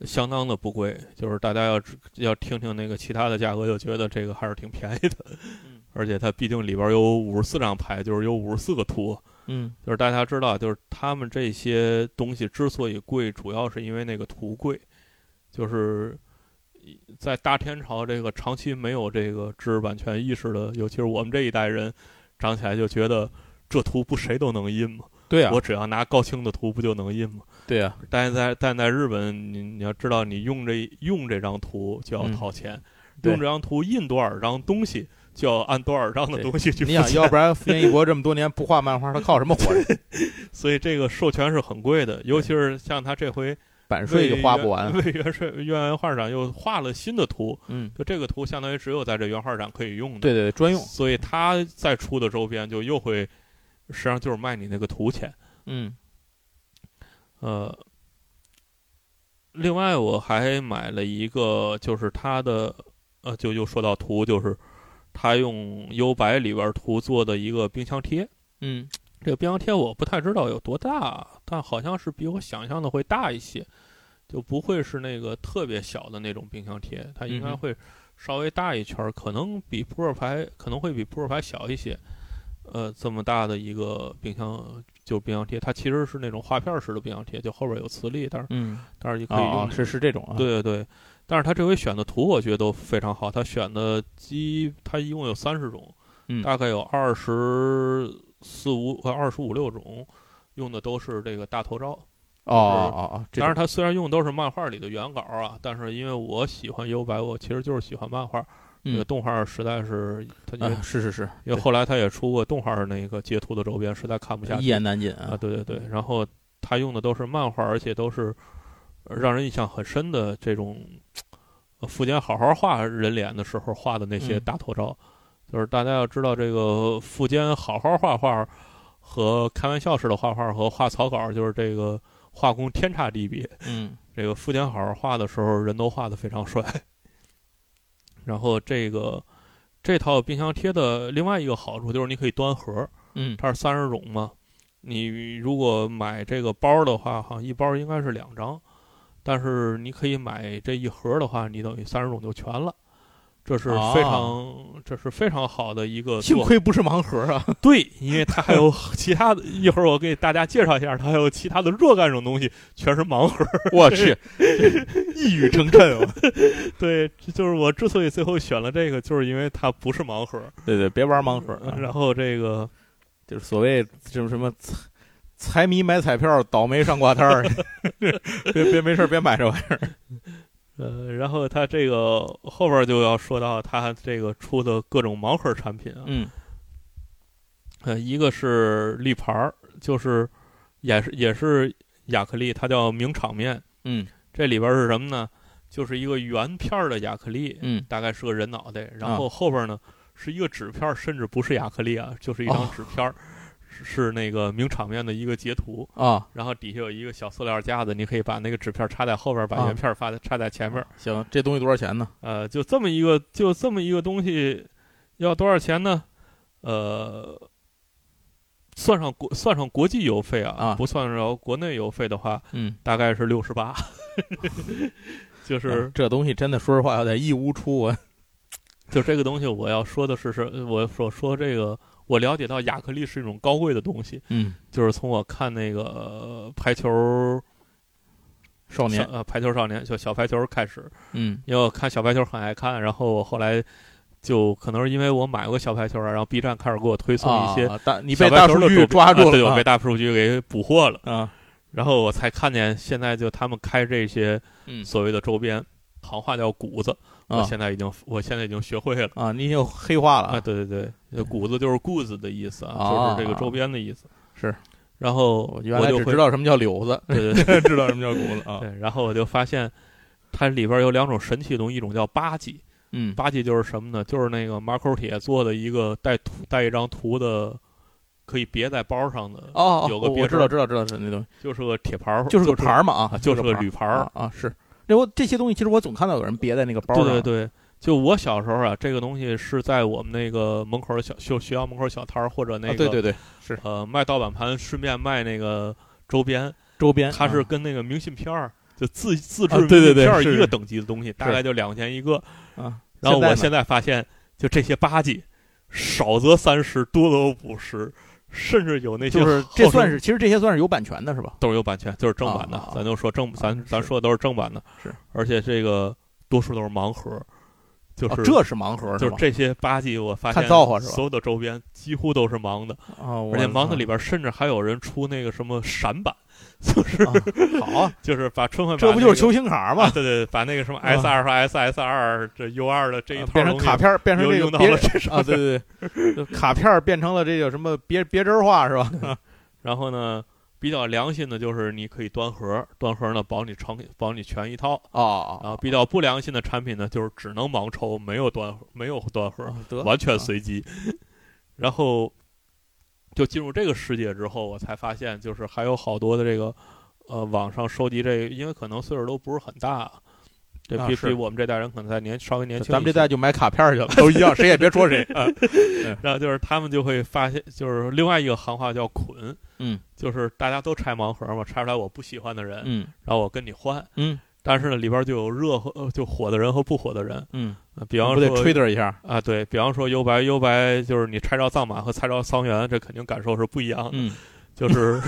Speaker 2: 相当的不贵，就是大家要知要听听那个其他的价格，就觉得这个还是挺便宜的， 而且它毕竟里边有五十四张牌，就是有五十四个图，
Speaker 1: 嗯
Speaker 2: 就是大家知道，就是他们这些东西之所以贵，主要是因为那个图贵，就是在大天朝这个长期没有这个知识版权意识的，尤其是我们这一代人，长起来就觉得这图不谁都能印吗？
Speaker 1: 对啊，
Speaker 2: 我只要拿高清的图不就能印吗？
Speaker 1: 对啊，
Speaker 2: 但是在但在日本，你你要知道，你用这用这张图就要掏钱，
Speaker 1: 嗯对
Speaker 2: 用这张图印多少张东西就要按多少张的
Speaker 1: 对
Speaker 2: 东西去付
Speaker 1: 你想，
Speaker 2: 钱
Speaker 1: 要不然福原一博这么多年不画漫画，他靠什么活着？
Speaker 2: 所以这个授权是很贵的，尤其是像他这回
Speaker 1: 版税就花不完。
Speaker 2: 为原税原文画展又画了新的图，
Speaker 1: 嗯，
Speaker 2: 就这个图相当于只有在这原画展可以用的，
Speaker 1: 对对，对专用。
Speaker 2: 所以他再出的周边就又会，实际上就是卖你那个图钱。
Speaker 1: 嗯
Speaker 2: 呃，另外我还买了一个，就是它的，呃，就又说到图，就是它用优白里边图做的一个冰箱贴。
Speaker 1: 嗯，
Speaker 2: 这个冰箱贴我不太知道有多大，啊但好像是比我想象的会大一些，就不会是那个特别小的那种冰箱贴，它应
Speaker 1: 嗯
Speaker 2: 该
Speaker 1: 哼
Speaker 2: 会稍微大一圈儿，可能比扑克牌可能会比扑克牌小一些。呃，这么大的一个冰箱就是冰箱贴，它其实是那种画片儿式的冰箱贴，就后边有磁力，但是
Speaker 1: 嗯，
Speaker 2: 但是也可以用
Speaker 1: 哦，是是这种啊。，
Speaker 2: 对对对，但是他这回选的图我觉得都非常好，他选的鸡，他一共有三十种，
Speaker 1: 嗯
Speaker 2: 大概有二十四五和二十五六种，用的都是这个大头照。
Speaker 1: 哦哦哦，这
Speaker 2: 当然，
Speaker 1: 种
Speaker 2: 他虽然用的都是漫画里的原稿啊，但是因为我喜欢优白，我其实就是喜欢漫画，那个
Speaker 1: 嗯
Speaker 2: 动画实在是他因为、
Speaker 1: 啊，是是是，
Speaker 2: 因为后来他也出过动画那个截图的周边，实在看不下去
Speaker 1: 一，言难尽
Speaker 2: 啊，
Speaker 1: 啊。
Speaker 2: 对对对，然后他用的都是漫画，而且都是呃让人印象很深的这种，呃富坚好好画人脸的时候画的那些
Speaker 1: 嗯
Speaker 2: 大头照，就是大家要知道这个富坚好好画画和开玩笑式的画画和画草稿，就是这个画工天差地别。
Speaker 1: 嗯
Speaker 2: 这个富坚好好画的时候，人都画的非常帅。然后这个这套冰箱贴的另外一个好处就是你可以端盒儿，
Speaker 1: 嗯，
Speaker 2: 它是三十种嘛，你如果买这个包的话，好像一包应该是两张，但是你可以买这一盒的话，你等于三十种就全了。这是
Speaker 1: 哦
Speaker 2: 非常，这是非常好的一个
Speaker 1: 幸
Speaker 2: 做
Speaker 1: 亏不是盲盒 啊。
Speaker 2: 对，因为它还 有其他的，一会儿我给大家介绍一下，它还有其他的若干种东西，全是盲盒。
Speaker 3: 我去，一语成谶啊！
Speaker 2: 对，这就是我之所以最后选了这个，就是因为它不是盲盒。
Speaker 1: 对对，别玩盲盒啊，
Speaker 2: 然后这个
Speaker 1: 就是所谓什么什么财财迷买彩票，倒霉上挂摊 儿。别别没事儿别买这玩意儿。
Speaker 2: 呃，然后它这个后边就要说到它这个出的各种盲盒产品啊，
Speaker 1: 嗯
Speaker 2: 呃，一个是立牌儿，就是也是也是亚克力，它叫名场面。
Speaker 1: 嗯
Speaker 2: 这里边儿是什么呢？就是一个圆片儿的亚克力，
Speaker 1: 嗯，啊
Speaker 2: 大概是个人脑袋，然后后边呢、是一个纸片儿，甚至不是亚克力啊，就是一张
Speaker 1: 哦
Speaker 2: 纸片儿，是是那个名场面的一个截图。
Speaker 1: 啊，
Speaker 2: 然后底下有一个小塑料架子，你可以把那个纸片儿插在后边儿，把
Speaker 1: 啊
Speaker 2: 圆片儿发在插在前面。
Speaker 1: 行，这东西多少钱呢？
Speaker 2: 呃，就这么一个，就这么一个东西，要多少钱呢？呃，算上国算上国际邮费啊，
Speaker 1: 啊
Speaker 2: 不算上国内邮费的话，
Speaker 1: 嗯，
Speaker 2: 大概是六十 八，就是
Speaker 1: 啊这东西真的，说实话有点一屋出啊。
Speaker 2: 就这个东西，我要说的是，是我所说这个，我了解到亚克力是一种高贵的东西，
Speaker 1: 嗯，
Speaker 2: 就是从我看那个、呃排球
Speaker 1: 少
Speaker 2: 小
Speaker 1: 年，
Speaker 2: 呃排球少年就小排球开始，
Speaker 1: 嗯
Speaker 2: 因为我看小排球很爱看，然后我后来就可能是因为我买过小排球啊，然后 B 站开始给我推送一些
Speaker 1: 啊，大你
Speaker 2: 小
Speaker 1: 被
Speaker 2: 白
Speaker 1: 大
Speaker 2: 球
Speaker 1: 数
Speaker 2: 的周
Speaker 1: 据
Speaker 2: 边
Speaker 1: 抓
Speaker 2: 啊
Speaker 1: 住
Speaker 2: 对，我
Speaker 1: 了
Speaker 2: 被大数据给捕获了，
Speaker 1: 啊啊，
Speaker 2: 然后我才看见现在就他们开这些
Speaker 1: 嗯
Speaker 2: 所谓的周边，行话叫谷子，我
Speaker 1: 啊
Speaker 2: 现在已经我现在已经学会了。
Speaker 1: 啊，你又黑化了
Speaker 2: 啊，
Speaker 1: 啊，
Speaker 2: 对对对，这谷子就是 goods 的意思啊，
Speaker 1: 啊
Speaker 2: 就是这个周边的意思。
Speaker 1: 是，
Speaker 2: 然后
Speaker 1: 我
Speaker 2: 我
Speaker 1: 原来
Speaker 2: 就
Speaker 1: 只
Speaker 2: 会
Speaker 1: 知，道什么叫柳子。
Speaker 2: 对 对对
Speaker 3: 知道什么叫骨了啊？
Speaker 2: 对，然后我就发现它里边有两种神奇的东西，一种叫八 G，
Speaker 1: 嗯
Speaker 2: 八 G 就是什么呢？就是那个马口铁做的一个带图带一张图的，可以别在包上的，
Speaker 1: 哦，哦
Speaker 2: 有个
Speaker 1: 我
Speaker 2: 别
Speaker 1: 我知
Speaker 2: 针儿
Speaker 1: 道知道知道知道那东西，
Speaker 2: 就是个铁牌儿，
Speaker 1: 就是个牌
Speaker 2: 儿，
Speaker 1: 儿嘛啊
Speaker 2: 啊，就是
Speaker 1: 个
Speaker 2: 个
Speaker 1: 牌
Speaker 2: 铝牌
Speaker 1: 儿
Speaker 2: 儿。
Speaker 1: 啊啊是。那我这些东西，其实我总看到有人别在那个包
Speaker 2: 对
Speaker 1: 上。
Speaker 2: 对对，就我小时候啊，这个东西是在我们那个门口儿小就学校门口儿小摊儿或者那个、
Speaker 1: 啊，对对对，
Speaker 2: 呃卖盗版盘，顺便卖那个周边，
Speaker 1: 周边
Speaker 2: 它是跟那个明信片儿。就自自制明
Speaker 1: 啊对
Speaker 2: 信
Speaker 1: 对对
Speaker 2: 片儿一
Speaker 1: 是
Speaker 2: 个等级的东西，大概就两块钱一个。
Speaker 1: 啊啊，
Speaker 2: 然后我
Speaker 1: 现
Speaker 2: 现在发现，就这些八 G，少则三十，多则五十，甚至有那
Speaker 1: 在
Speaker 2: 些
Speaker 1: 就是
Speaker 2: 号
Speaker 1: 这
Speaker 2: 称
Speaker 1: 算是其实这些算是有版权的是吧？
Speaker 2: 都是有版权，就是正版的，
Speaker 1: 啊啊啊
Speaker 2: 咱就说正，咱
Speaker 1: 啊
Speaker 2: 咱
Speaker 1: 是
Speaker 2: 说的都是正版的。
Speaker 1: 是，
Speaker 2: 而且这个多数都是盲盒，就是、
Speaker 1: 哦这是盲盒
Speaker 2: 就是
Speaker 1: 吗？
Speaker 2: 这些八季，我发现
Speaker 1: 看造化是吧
Speaker 2: 所有的周边几乎都是盲的，
Speaker 1: 啊，我
Speaker 2: 而且盲
Speaker 1: 操
Speaker 2: 的里边甚至还有人出那个什么闪版，就是、
Speaker 1: 啊好啊，
Speaker 2: 就是 把春晚、
Speaker 1: 这不就是球星卡
Speaker 2: 啊
Speaker 1: 吗？
Speaker 2: 对对，对把那个什么
Speaker 1: 啊
Speaker 2: S 二和 SS 二这 U 二的这一
Speaker 1: 啊
Speaker 2: 套
Speaker 1: 变成
Speaker 2: 东西
Speaker 1: 卡片儿，变成
Speaker 2: 又
Speaker 1: 这
Speaker 2: 用
Speaker 1: 个
Speaker 2: 到
Speaker 1: 别
Speaker 2: 了这上
Speaker 1: 啊，对
Speaker 2: 面
Speaker 1: 对对，就卡片儿变成了这叫什么别别针儿化是吧？
Speaker 2: 然后呢，比较良心的就是你可以端盒，端盒呢保你成保你全一套。
Speaker 1: 哦，
Speaker 2: 然后比较不良心的产品呢，就是只能盲抽，没有端盒没有端盒，
Speaker 1: 啊得
Speaker 2: 完全随机。然后就进入这个世界之后，我才发现就是还有好多的这个呃网上收集这个，因为可能岁数都不是很大，这
Speaker 1: 啊
Speaker 2: 比
Speaker 1: 是
Speaker 2: 比我们这代人可能在年稍微年轻一些，
Speaker 1: 咱们这代就买卡片儿去了，都一样，谁也别说谁。
Speaker 2: 然后就是他们就会发现，就是另外一个行话叫“捆”，
Speaker 1: 嗯，
Speaker 2: 就是大家都拆盲盒嘛，拆出来我不喜欢的人，
Speaker 1: 嗯
Speaker 2: 然后我跟你换，
Speaker 1: 嗯
Speaker 2: 但是呢里边就有热和呃就火的人和不火的人，
Speaker 1: 嗯，
Speaker 2: 呃比
Speaker 1: 比
Speaker 2: 方
Speaker 1: 不得吹
Speaker 2: 说
Speaker 1: 他一下。
Speaker 2: 啊，对比方说幽白，幽白就是你拆着藏马和拆着桑园，这肯定感受是不一样的，
Speaker 1: 嗯，
Speaker 2: 就是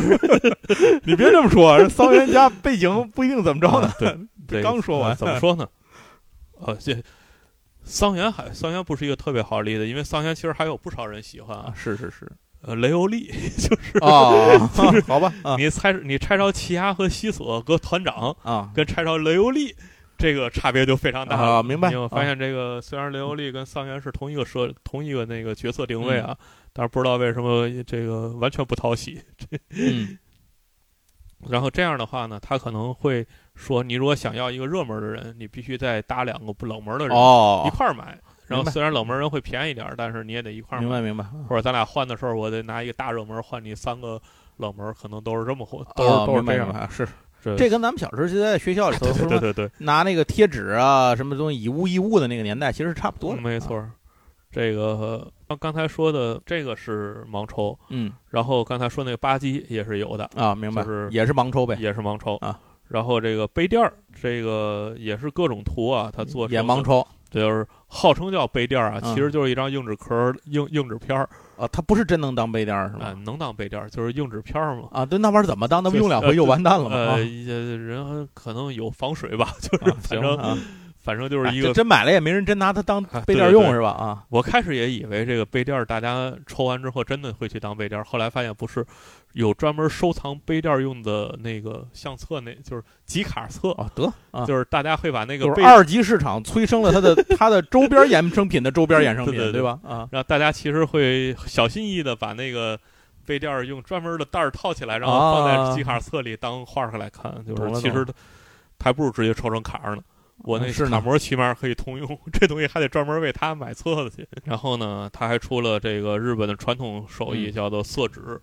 Speaker 1: 你别这么说，这桑园家背景不一定怎么着 呢。
Speaker 2: 呃对对，
Speaker 1: 刚说完
Speaker 2: 呃怎么说呢？呃，这桑园还桑园不是一个特别好的例子，因为桑园其实还有不少人喜欢啊，
Speaker 1: 是是是，
Speaker 2: 呃，雷欧利 就是
Speaker 1: 哦，好吧，啊
Speaker 2: 你拆你拆着奇亚和西索和团长，
Speaker 1: 啊
Speaker 2: 跟拆着雷欧利这个差别就非常大了。
Speaker 1: 啊，明白
Speaker 2: 你有。发现这个，虽然雷欧利跟桑原是同一个设、同一个那个角色定位啊，但是不知道为什么这个完全不讨喜。
Speaker 1: 嗯
Speaker 2: 然后这样的话呢，他可能会说，你如果想要一个热门的人，你必须再搭两个不冷门的人、一
Speaker 1: 哦，
Speaker 2: 块儿买。
Speaker 1: 明
Speaker 2: 然后
Speaker 1: 白
Speaker 2: 虽然冷门人会便宜点儿，但是你也得一块儿
Speaker 1: 明
Speaker 2: 买。
Speaker 1: 白明白。
Speaker 2: 或者咱俩换的时候，我得拿一个大热门换你三个冷门，可能都是这么换，都是、
Speaker 1: 哦
Speaker 2: 都是
Speaker 1: 明
Speaker 2: 这
Speaker 1: 白
Speaker 2: 样
Speaker 1: 明。白是
Speaker 2: 这
Speaker 1: 这跟咱们小时候就在学校里头
Speaker 2: 对对对对，
Speaker 1: 拿那个贴纸啊，什么东西以物易物的那个年代，其实是差不多的。
Speaker 2: 嗯没错，儿，这个刚刚才说的这个是盲抽，
Speaker 1: 嗯
Speaker 2: 然后刚才说那个吧唧也是有的，
Speaker 1: 啊，明白
Speaker 2: 就是，
Speaker 1: 也是盲抽呗，
Speaker 2: 也是盲抽
Speaker 1: 啊。
Speaker 2: 然后这个杯垫儿，这个也是各种图啊，它做成
Speaker 1: 也
Speaker 2: 的
Speaker 1: 盲，抽
Speaker 2: 就是号称叫杯垫儿啊，
Speaker 1: 嗯
Speaker 2: 其实就是一张硬纸壳儿、硬硬纸片儿
Speaker 1: 啊，它不是真能当杯垫儿是
Speaker 2: 啊、
Speaker 1: 吧？
Speaker 2: 能当杯垫儿，就是硬纸片儿嘛。
Speaker 1: 啊，对，那玩意儿怎么当？那不
Speaker 2: 就是
Speaker 1: 用两嗯回就完蛋了吗？啊
Speaker 2: 呃，也人可能有防水 吧，就是
Speaker 1: 啊行
Speaker 2: 反正、
Speaker 1: 啊，
Speaker 2: 反正就是一
Speaker 1: 哎
Speaker 2: 个
Speaker 1: 这。真买了也没人真拿它当
Speaker 2: 啊
Speaker 1: 杯
Speaker 2: 对
Speaker 1: 垫儿
Speaker 2: 对
Speaker 1: 用
Speaker 2: 对
Speaker 1: 是吧？啊，
Speaker 2: 我开始也以为这个杯垫儿大家抽完之后真的会去当杯垫儿，后来发现不是，有专门收藏杯垫儿用的那个相册那，就是集卡册，
Speaker 1: 哦得啊，
Speaker 2: 就是大家会把那个
Speaker 1: 就
Speaker 2: 杯
Speaker 1: 是二级市场催生了它的它的周边衍生品的周边衍生
Speaker 2: 对对
Speaker 1: 品，
Speaker 2: 对
Speaker 1: 吧？啊，
Speaker 2: 然后大家其实会小心翼翼的把那个杯垫儿用专门的袋儿套起来，然后放在集卡册里当画儿来看，就
Speaker 1: 啊懂了
Speaker 2: 是其实还不如直接抽成卡儿呢。我那
Speaker 1: 嗯是呢
Speaker 2: 卡膜起码可以通用， 这东西还得专门为它买册子去。然后呢，他还出了这个日本的传统手艺，
Speaker 1: 嗯
Speaker 2: 叫做色纸。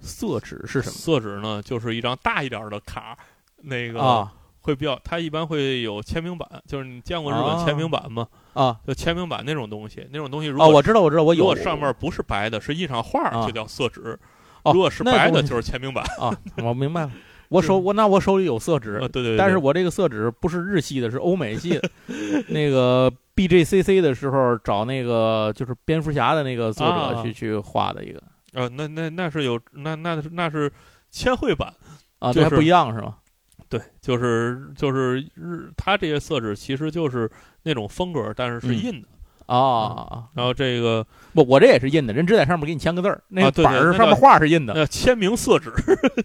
Speaker 1: 色纸是什么
Speaker 2: 色纸呢，就是一张大一点儿的卡，那个、
Speaker 1: 啊
Speaker 2: 会比较，它一般会有签名版，就是你见过日
Speaker 1: 啊
Speaker 2: 本签名版吗？
Speaker 1: 啊
Speaker 2: 就签名版那种东西，那种东西如
Speaker 1: 啊！
Speaker 2: 果
Speaker 1: 我知道，我知道，我
Speaker 2: 如
Speaker 1: 有
Speaker 2: 果上面不是白的，是印上画
Speaker 1: 啊
Speaker 2: 儿，就叫色纸；
Speaker 1: 哦
Speaker 2: 如果是
Speaker 1: 那
Speaker 2: 白
Speaker 1: 东
Speaker 2: 的，
Speaker 1: 西
Speaker 2: 就是签名版。
Speaker 1: 啊，我明白了。我手我那我手里有色纸
Speaker 2: 啊，对对对。
Speaker 1: 但是
Speaker 2: 对
Speaker 1: 我这个色纸不是日系的，是欧美系 的。那个 BJCC 的时候找那个就是蝙蝠侠的那个作者
Speaker 2: 啊
Speaker 1: 去、去画的一个
Speaker 2: 啊，那那那是有那那是那是签绘版，
Speaker 1: 啊，
Speaker 2: 就
Speaker 1: 这
Speaker 2: 是
Speaker 1: 还不一样是吗？
Speaker 2: 对，就是就是日，它这些色纸其实就是那种风格，但是是
Speaker 1: 嗯
Speaker 2: 印的。
Speaker 1: 啊，
Speaker 2: 然后这个
Speaker 1: 不，我这也是印的，人只在上面给你签个字儿，那
Speaker 2: 啊
Speaker 1: 个
Speaker 2: 对对
Speaker 1: 板儿
Speaker 2: 那
Speaker 1: 上面
Speaker 2: 个
Speaker 1: 画是印的。
Speaker 2: 那签名色纸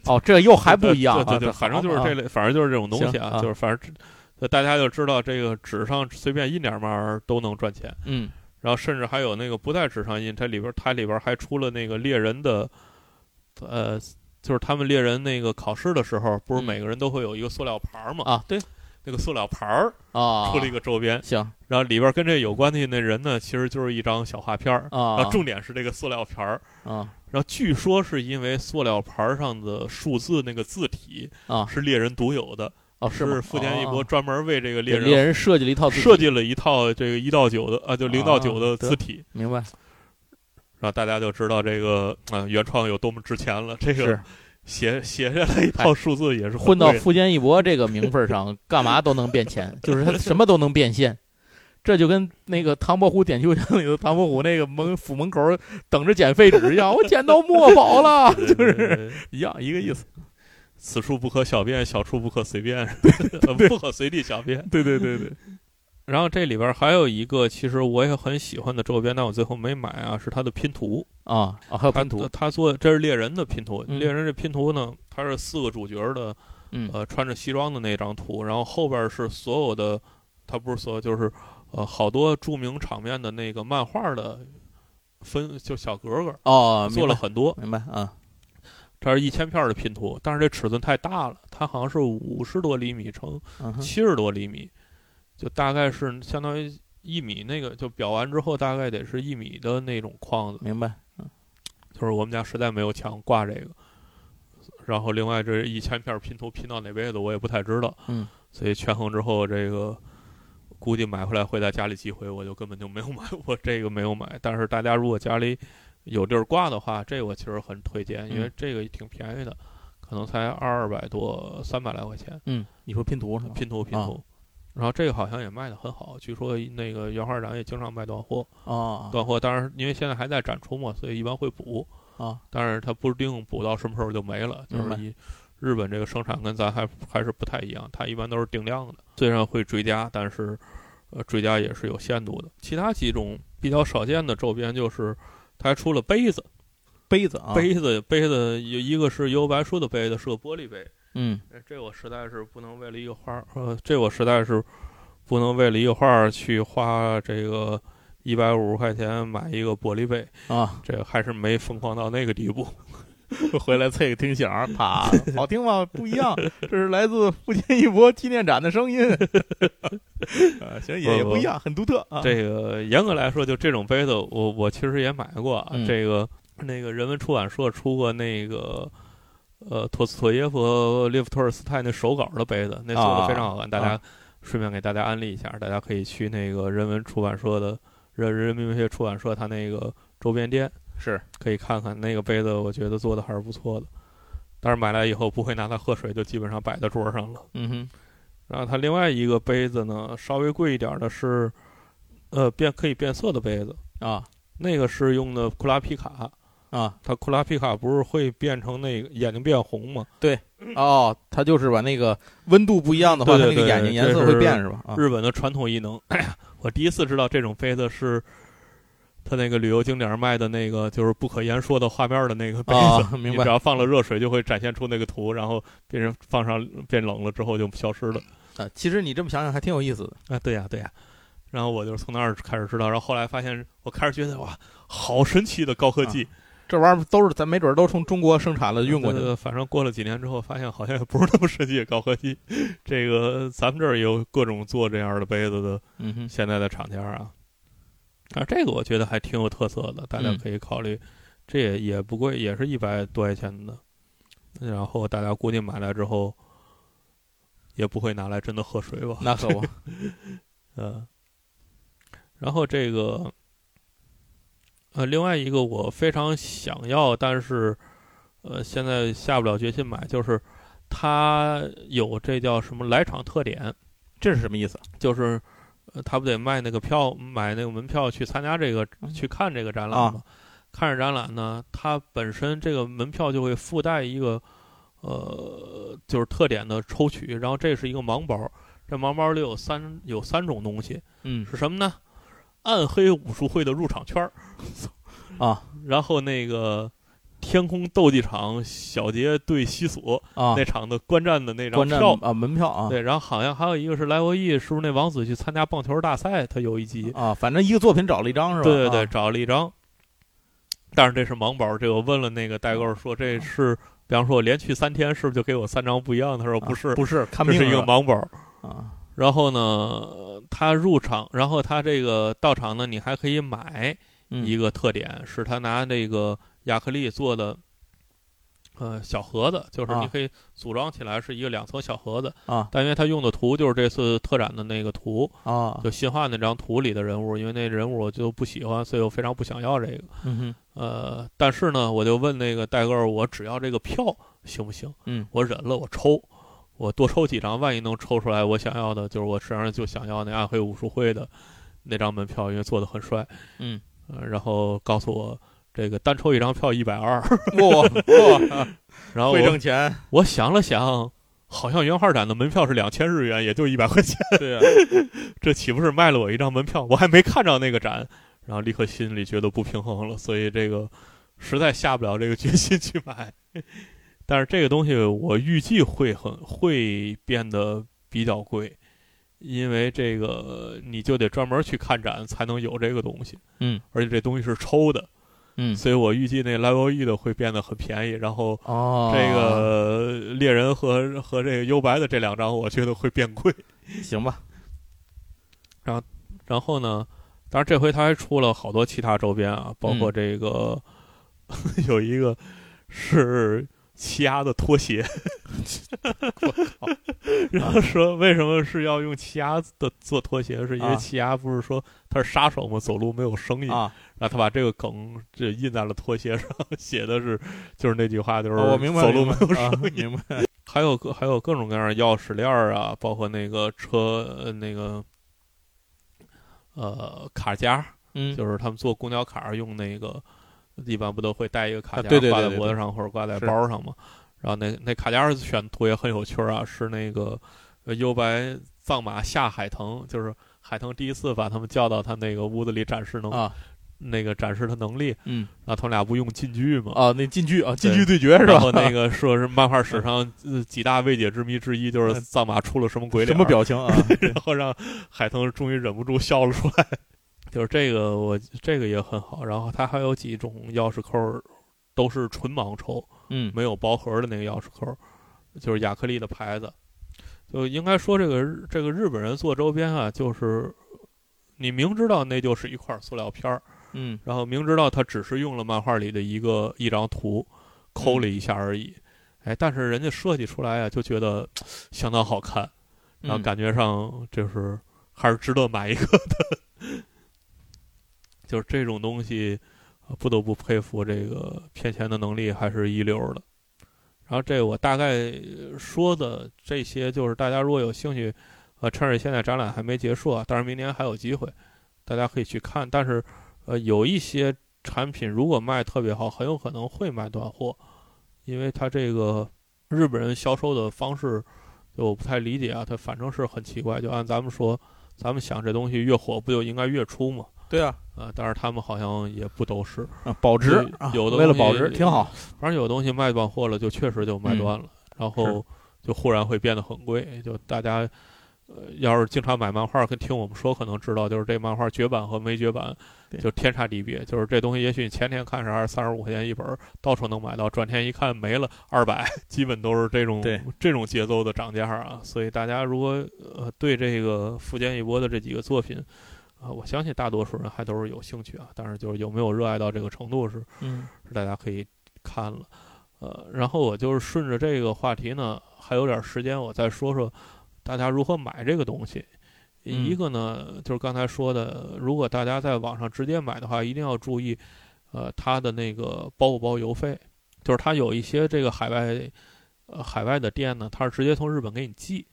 Speaker 1: 哦，这又还不一样啊，
Speaker 2: 对对对
Speaker 1: 这
Speaker 2: 对，反正就是
Speaker 1: 好
Speaker 2: 这类，反正就是这种东西
Speaker 1: 行
Speaker 2: 啊，
Speaker 1: 啊
Speaker 2: 就是反正这。呃大家就知道这个纸上随便印点嘛玩意儿都能赚钱，
Speaker 1: 嗯
Speaker 2: 然后甚至还有那个不在纸上印，它里边它里边还出了那个猎人的，呃，就是他们猎人那个考试的时候，不是
Speaker 1: 嗯
Speaker 2: 每个人都会有一个塑料牌儿嘛？
Speaker 1: 啊，对
Speaker 2: 那个塑料牌儿
Speaker 1: 啊，
Speaker 2: 出了一个周边，
Speaker 1: 行
Speaker 2: 然后里边跟这有关系那人呢，其实就是一张小画片儿，然
Speaker 1: 啊
Speaker 2: 后重点是这个塑料牌儿，
Speaker 1: 啊
Speaker 2: 然后据说是因为塑料牌儿上的数字那个字体
Speaker 1: 啊
Speaker 2: 是猎人独有的，
Speaker 1: 哦吗
Speaker 2: 是富田义博
Speaker 1: 哦
Speaker 2: 专门为这个猎
Speaker 1: 给猎
Speaker 2: 人
Speaker 1: 人设计了一套字体
Speaker 2: 设计了一套这个一到九的啊，就零到九
Speaker 1: 啊
Speaker 2: 的
Speaker 1: 得
Speaker 2: 字体，
Speaker 1: 明白
Speaker 2: 然后大家就知道这个啊、原创有多么值钱了。这
Speaker 1: 是哎
Speaker 2: 个写写下来一套数字也是
Speaker 1: 混到
Speaker 2: 很贵的
Speaker 1: 富坚义博这个名分上，干嘛都能变钱，就是他什么都能变现。这就跟那个唐伯虎点秋香里头唐伯虎那个门府门口等着捡废纸一样，我捡到墨宝了，
Speaker 2: 对
Speaker 1: 就
Speaker 2: 对对
Speaker 1: 是
Speaker 2: 对
Speaker 1: 一样一个意思。
Speaker 2: 呃此处不可小便，小处不可随便，不可随地小便。
Speaker 1: 对对对对，
Speaker 2: 然后这里边还有一个，其实我也很喜欢的周边，但我最后没买啊，是它的拼图。
Speaker 1: 啊啊，还有
Speaker 2: 它
Speaker 1: 拼图
Speaker 2: 它，它做这是猎人的拼图。
Speaker 1: 嗯
Speaker 2: 猎人这拼图呢，它是四个主角的，
Speaker 1: 嗯
Speaker 2: 呃，穿着西装的那张图，然后后边是所有的，它不是所有，就是呃，好多著名场面的那个漫画的分，就小格格
Speaker 1: 哦，明
Speaker 2: 做了
Speaker 1: 白
Speaker 2: 很多。
Speaker 1: 明白啊，
Speaker 2: 这是一千片儿的拼图，但是这尺寸太大了，它好像是五十多厘米乘
Speaker 1: 嗯哼
Speaker 2: 七十多厘米，就大概是相当于一米那个，就裱完之后大概得是一米的那种框子。
Speaker 1: 明白，
Speaker 2: 就是我们家实在没有墙挂这个，然后另外这一千片拼图拼到哪辈子我也不太知道，
Speaker 1: 嗯，
Speaker 2: 所以权衡之后这个。估计买回来会在家里积灰，我就根本就没有买， 我这个没有买。但是大家如果家里有地儿挂的话，这我其实很推荐，因为
Speaker 1: 嗯
Speaker 2: 这个挺便宜的，可能才二百多、三百来块钱。
Speaker 1: 嗯，你说拼图是吧？
Speaker 2: 拼图拼
Speaker 1: 啊
Speaker 2: 图。然后这个好像也卖得很好，据说那个原画展也经常卖断货，
Speaker 1: 哦
Speaker 2: 断货当然因为现在还在展出嘛，所以一般会补，
Speaker 1: 啊，
Speaker 2: 但是它不定补到什么时候就没了。就
Speaker 1: 明白
Speaker 2: 是以日本这个生产跟咱还还是不太一样，它一般都是定量的，虽然会追加，但是呃追加也是有限度的。其他几种比较少见的周边就是。它还出了杯子，
Speaker 1: 杯子啊，
Speaker 2: 杯子，杯子，一一个是幽游白书的杯子，是个玻璃杯，
Speaker 1: 嗯
Speaker 2: 哎这我实在是不能为了一个画儿，呃，这我实在是不能为了一个画儿去花这个一百五十块钱买一个玻璃杯，
Speaker 1: 啊，
Speaker 2: 这个还是没疯狂到那个地步。
Speaker 1: 回来测一个听响， 啪，好听吗？不一样，这是来自福建一博纪念展的声音， 啊，行，也也不一样，很独特啊。
Speaker 2: 这个严格来说，就这种杯子，我我其实也买过啊。
Speaker 1: 嗯
Speaker 2: 这个那个人文出版社出过那个呃托斯托耶夫和列夫托尔斯泰那手稿的杯子，那做的非常好看。大家、
Speaker 1: 啊
Speaker 2: 顺便给大家安利一下，大家可以去那个人文出版社的人人民文学出版社它那个周边店
Speaker 1: 是
Speaker 2: 可以看看那个杯子，我觉得做的还是不错的。但是买来以后不会拿它喝水，就基本上摆在桌上了。
Speaker 1: 嗯哼，
Speaker 2: 然后它另外一个杯子呢，稍微贵一点的是，呃，变可以变色的杯子，
Speaker 1: 啊
Speaker 2: 那个是用的库拉皮卡。
Speaker 1: 啊
Speaker 2: 它库拉皮卡不是会变成那个眼睛变红吗？
Speaker 1: 哦，它就是把那个温度不一样的话，它
Speaker 2: 对
Speaker 1: 那
Speaker 2: 对
Speaker 1: 个
Speaker 2: 对
Speaker 1: 眼睛颜色会变是吧？啊
Speaker 2: 日本的传统异能。 哎呀，我第一次知道这种杯子是它那个旅游景点卖的那个，就是不可言说的画面的那个杯 子。
Speaker 1: 啊，明
Speaker 2: 你只
Speaker 1: 白
Speaker 2: 要放了热水，就会展现出那个图，然后变成放上变冷了之后就消失了。
Speaker 1: 啊。其实你这么想想还挺有意思的，
Speaker 2: 啊，对呀、对呀、然后我就是从那儿开始知道，然后后来发现，我开始觉得哇，好神奇的高科技。
Speaker 1: 这玩意儿都是咱没准儿都从中国生产了运啊过去的
Speaker 2: 对对对呃反正过了几年之后，发现好像也不是那么神奇的高科技。这个咱们这儿也有各种做这样的杯子的
Speaker 1: 嗯哼，
Speaker 2: 现在的厂家啊。啊，这个我觉得还挺有特色的，大家
Speaker 1: 嗯
Speaker 2: 可以考虑。这也也不贵，也是一百多块钱的。然后大家估计买来之后，也不会拿来真的喝水吧？
Speaker 1: 那可不，
Speaker 2: 嗯，然后这个，呃，另外一个我非常想要，但是呃，现在下不了决心买，就是它有这叫什么来场特点，
Speaker 1: 这是什么意思？
Speaker 2: 就是呃，他不得卖那个票，买那个门票去参加这个，去看这个展览吗？看着展览呢，它本身这个门票就会附带一个呃，就是特点的抽取，然后这是一个盲包，这盲包里有三有三种东西。
Speaker 1: 嗯
Speaker 2: 是什么呢？暗黑武术会的入场券儿
Speaker 1: 啊，
Speaker 2: 然后那个天空斗技场小杰对西索、
Speaker 1: 啊
Speaker 2: 那，场的观战的那张
Speaker 1: 观战
Speaker 2: 票，
Speaker 1: 啊，门票啊，
Speaker 2: 对，然后好像还有一个是莱博义，是不是那王子去参加棒球大赛？他有一集，
Speaker 1: 啊，反正一个作品找了一张是吧？
Speaker 2: 对对对，
Speaker 1: 啊，
Speaker 2: 找了一张，但是这是盲包，这个我问了那个代购说这是，比方说我连续三天是不是就给我三张不一样的？他说
Speaker 1: 啊
Speaker 2: 不是，
Speaker 1: 不是，看
Speaker 2: 这
Speaker 1: 病
Speaker 2: 是一个
Speaker 1: 吧
Speaker 2: 盲包。
Speaker 1: 啊，
Speaker 2: 然后呢，他入场，然后他这个到场呢，你还可以买
Speaker 1: 嗯
Speaker 2: 一个特点，是他拿那个亚克力做的，呃，小盒子，就是
Speaker 1: 啊
Speaker 2: 你可以组装起来是一个两层小盒子。
Speaker 1: 啊
Speaker 2: 但因为他用的图就是这次特展的那个图，
Speaker 1: 啊，
Speaker 2: 就新画那张图里的人物，因为那人物我就不喜欢，所以我非常不想要这个。
Speaker 1: 嗯 哼，
Speaker 2: 呃，但是呢，我就问那个代购，我只要这个票行不行？
Speaker 1: 嗯，
Speaker 2: 我忍了，我抽，我多抽几张，万一能抽出来我想要的，就是我实际上就想要那安徽武术会的那张门票，因为做的很帅。
Speaker 1: 嗯
Speaker 2: 呃，然后告诉我这个单抽一张票一百二，
Speaker 1: 哇哇，
Speaker 2: 然后
Speaker 1: 会
Speaker 2: 我
Speaker 1: 挣钱
Speaker 2: 我想了想，好像原画展的门票是两千日元，也就一百块钱，
Speaker 3: 对
Speaker 1: 啊
Speaker 3: 呀，
Speaker 2: 这岂不是卖了我一张门票？我还没看着那个展，然后立刻心里觉得不平衡了，所以这个实在下不了这个决心去买。但是这个东西我预计会很会变得比较贵，因为这个你就得专门去看展才能有这个东西，
Speaker 1: 嗯，
Speaker 2: 而且这东西是抽的，
Speaker 1: 嗯，
Speaker 2: 所以我预计那 Level E 的会变得很便宜，然后
Speaker 1: 哦，
Speaker 2: 这个猎人和和这个幽白的这两张，我觉得会变贵。
Speaker 1: 行吧，
Speaker 2: 然后呢，当然这回他还出了好多其他周边啊，包
Speaker 3: 嗯
Speaker 2: 括这个、 有一个是奇亚的拖鞋， 然后说为什么是要用奇亚的做拖鞋？是因为
Speaker 1: 啊
Speaker 2: 奇亚不是说他是杀手嘛，走路没有声音，
Speaker 1: 啊，
Speaker 2: 然后他把这个梗这印在了拖鞋上，写的是就是那句话，就是、
Speaker 3: 哦我明白，
Speaker 2: 走路没
Speaker 3: 明白
Speaker 2: 有声音。
Speaker 3: 啊明白，
Speaker 2: 还有各还有各种各样的钥匙链儿啊，包括那个车呃那个呃卡夹，
Speaker 1: 嗯，
Speaker 2: 就是他们做公交卡用那个，一般不都会带一个卡
Speaker 1: 啊
Speaker 2: 夹
Speaker 1: 对对对
Speaker 2: 挂在
Speaker 1: 对对
Speaker 2: 脖子上或者挂在
Speaker 1: 是
Speaker 2: 包上嘛？然后那那卡夹选图也很有趣儿啊，是那个呃幽白藏马下海腾，就是海腾第一次把他们叫到他那个屋子里展示能、
Speaker 1: 啊，
Speaker 2: 那个展示他能力，
Speaker 1: 嗯，
Speaker 2: 然后他们俩不用禁句嘛？
Speaker 1: 啊，那禁句啊，禁
Speaker 2: 对
Speaker 1: 句对决是
Speaker 2: 然
Speaker 1: 吧？
Speaker 2: 后那个说是漫画史上呃几大未解之谜之一，就是藏马出了什么鬼脸，
Speaker 1: 什么表情 啊？
Speaker 2: 然后让海腾终于忍不住笑了出 来。就是这个我这个也很好，然后它还有几种钥匙扣儿都是纯盲抽，
Speaker 1: 嗯，
Speaker 2: 没有包盒的那个钥匙扣儿，就是亚克力的牌子。就应该说这个日这个日本人做周边啊，就是你明知道那就是一块塑料片儿，
Speaker 1: 嗯，
Speaker 2: 然后明知道他只是用了漫画里的一个一张图，抠了一下而已。哎，但是人家设计出来啊，就觉得相当好看，然后
Speaker 1: 嗯
Speaker 2: 感觉上就是还是值得买一个的。 就是这种东西，呃不得不佩服这个骗钱的能力还是一流的。然后这个我大概说的这些，就是大家如果有兴趣，呃，趁着现在展览还没结束啊，当然明年还有机会，大家可以去看。但是，呃，有一些产品如果卖特别好，很有可能会卖断货，因为它这个日本人销售的方式，就我不太理解啊，它反正是很奇怪。就按咱们说，咱们想这东西越火不就应该越出嘛？
Speaker 1: 对啊，
Speaker 2: 啊、但是他们好像也不都是，
Speaker 1: 啊保值
Speaker 2: 嗯对
Speaker 1: 啊，
Speaker 2: 有的
Speaker 1: 为了
Speaker 2: 东西嗯
Speaker 1: 保值挺好。
Speaker 2: 反正有东西卖断货了，就确实就卖断了，然后就忽然会变得很贵。就大家，呃，要是经常买漫画，跟听我们说，可能知道，就是这漫画绝版和没绝版
Speaker 1: 对
Speaker 2: 就天差地别。就是这东西，也许你前天看是还是三十五块钱一本儿，到处能买到，转天一看没了二百，基本都是这种
Speaker 1: 对
Speaker 2: 这种节奏的涨价啊。所以大家如果呃对这个福建一波的这几个作品，啊、我相信大多数人还都是有兴趣啊，但是就是有没有热爱到这个程度是
Speaker 1: 嗯
Speaker 2: 是大家可以看了。呃，然后我就是顺着这个话题呢，还有点时间，我再说说大家如何买这个东西。
Speaker 1: 嗯
Speaker 2: 一个呢，就是刚才说的，如果大家在网上直接买的话，一定要注意，呃，它的那个包不包邮费，就是它有一些这个海外，呃，海外的店呢，它是直接从日本给你寄，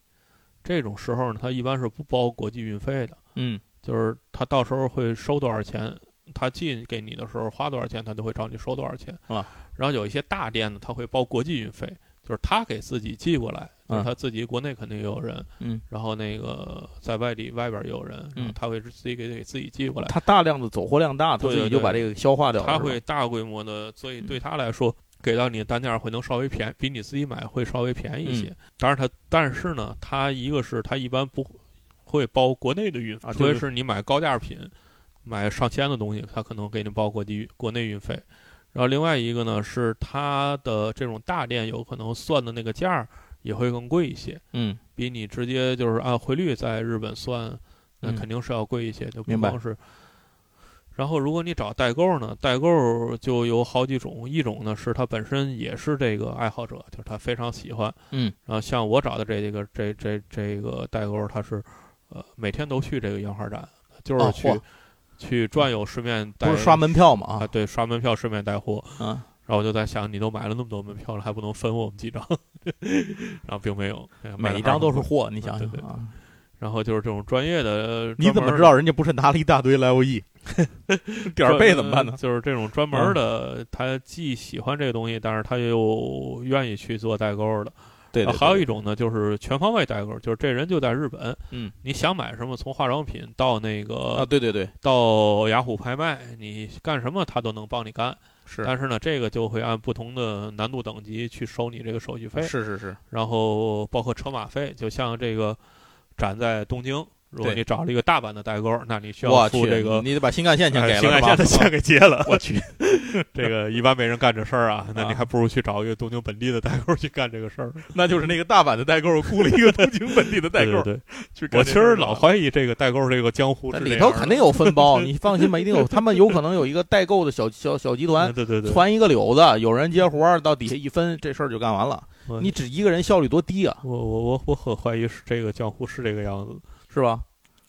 Speaker 2: 这种时候呢，它一般是不包国际运费的。
Speaker 1: 嗯
Speaker 2: 就是他到时候会收多少钱，他寄给你的时候花多少钱，他就会找你收多少钱
Speaker 1: 啊。
Speaker 2: 然后有一些大店呢，他会包国际运费，就是他给自己寄过来，就是
Speaker 1: 嗯
Speaker 2: 他自己国内肯定也有人，
Speaker 1: 嗯，
Speaker 2: 然后那个在外地外边也有人，然后他会自己给给自己寄过来。
Speaker 1: 它大量的走货量大，它
Speaker 2: 对
Speaker 1: 自
Speaker 2: 对
Speaker 1: 己就
Speaker 2: 对
Speaker 1: 把这个消化掉了。
Speaker 2: 他
Speaker 1: 是吧
Speaker 2: 会大规模的，所以
Speaker 1: 嗯
Speaker 2: 对他来说，给到你的单价会能稍微便，比你自己买会稍微便宜一
Speaker 1: 嗯
Speaker 2: 些。当然他，但是呢，他一个是他一般不会包国内的运费，
Speaker 1: 啊
Speaker 2: 除非
Speaker 1: 对对
Speaker 2: 是你买高价品，买上千的东西，他可能给你包国际国内运费。然后另外一个呢，是他的这种大店有可能算的那个价儿也会更贵一些，
Speaker 1: 嗯
Speaker 2: 比你直接就是按汇率在日本算，那
Speaker 1: 嗯
Speaker 2: 肯定是要贵一些，就不
Speaker 1: 明白
Speaker 2: 光是。然后，如果你找代购呢，代购就有好几种，一种呢是他本身也是这个爱好者，就是他非常喜欢。
Speaker 1: 嗯，
Speaker 2: 然后像我找的这个这这这个代购，他是呃每天都去这个原画展，就是
Speaker 1: 哦
Speaker 2: 去、
Speaker 1: 嚯
Speaker 2: 去转悠，顺便带
Speaker 1: 不是刷门票嘛
Speaker 2: 啊，
Speaker 1: 啊
Speaker 2: 对，刷门票顺便带货。
Speaker 1: 嗯
Speaker 2: 然后我就在想，你都买了那么多门票了，还不能分我们几张？ 然后并没有，买
Speaker 1: 啊每
Speaker 2: 的
Speaker 1: 一
Speaker 2: 还
Speaker 1: 张都
Speaker 2: 很
Speaker 1: 是
Speaker 2: 贵。
Speaker 1: 货，你想想
Speaker 2: 对对
Speaker 1: 啊，
Speaker 2: 然后就是这种专业的，
Speaker 1: 你怎么知道人家不是拿了一大堆 Level E？点儿背怎么办呢嗯
Speaker 2: 呃？ 就是这种专门的，他既喜欢这个东西，但是他又愿意去做代购的。
Speaker 1: 对
Speaker 2: 啊
Speaker 1: 对，
Speaker 2: 还有
Speaker 1: 对
Speaker 2: 一种呢，就是全方位代购，就是这人就在日本，
Speaker 1: 嗯，
Speaker 2: 你想买什么，从化妆品到那个、
Speaker 1: 啊，对对对，
Speaker 2: 到雅虎拍卖，你干什么他都能帮你干。
Speaker 1: 是
Speaker 2: 但是呢，这个就会按不同的难度等级去收你这个手续费，
Speaker 1: 是是是，
Speaker 2: 然后包括车马费。就像这个展在东京，如果
Speaker 1: 对
Speaker 2: 你找了一个大阪的代购，那你需
Speaker 1: 我
Speaker 2: 要
Speaker 1: 去
Speaker 2: 付这个
Speaker 1: 你得把新干线钱
Speaker 2: 哎
Speaker 1: 给了，
Speaker 2: 新干
Speaker 1: 是吧
Speaker 2: 线的线给结 了。我去， 这个一般没人干这事儿啊。那
Speaker 1: 啊
Speaker 2: 你还不如去找一个东京本地的代购去干这个事儿。
Speaker 3: 那就是那个大阪的代购雇了一个东京本地的代购
Speaker 2: 对对对
Speaker 3: 去干
Speaker 2: 我
Speaker 3: 这
Speaker 2: 其
Speaker 3: 事儿了
Speaker 2: 实老怀疑这个代购这个江湖
Speaker 1: 那
Speaker 2: 是
Speaker 1: 里
Speaker 2: 这
Speaker 1: 头
Speaker 2: 样
Speaker 1: 肯
Speaker 2: 的
Speaker 1: 定有分 包，你放心吧，一定有，他们有可能有一个代购的小小小集团
Speaker 2: 嗯，对对对，
Speaker 1: 传一个柳子，有人接活儿，到底下一分，这事儿就干完了。
Speaker 2: 嗯
Speaker 1: 你只一个人效率多低啊，
Speaker 2: 我我我我很怀疑是这个江湖是这个样子的。
Speaker 1: 是吧？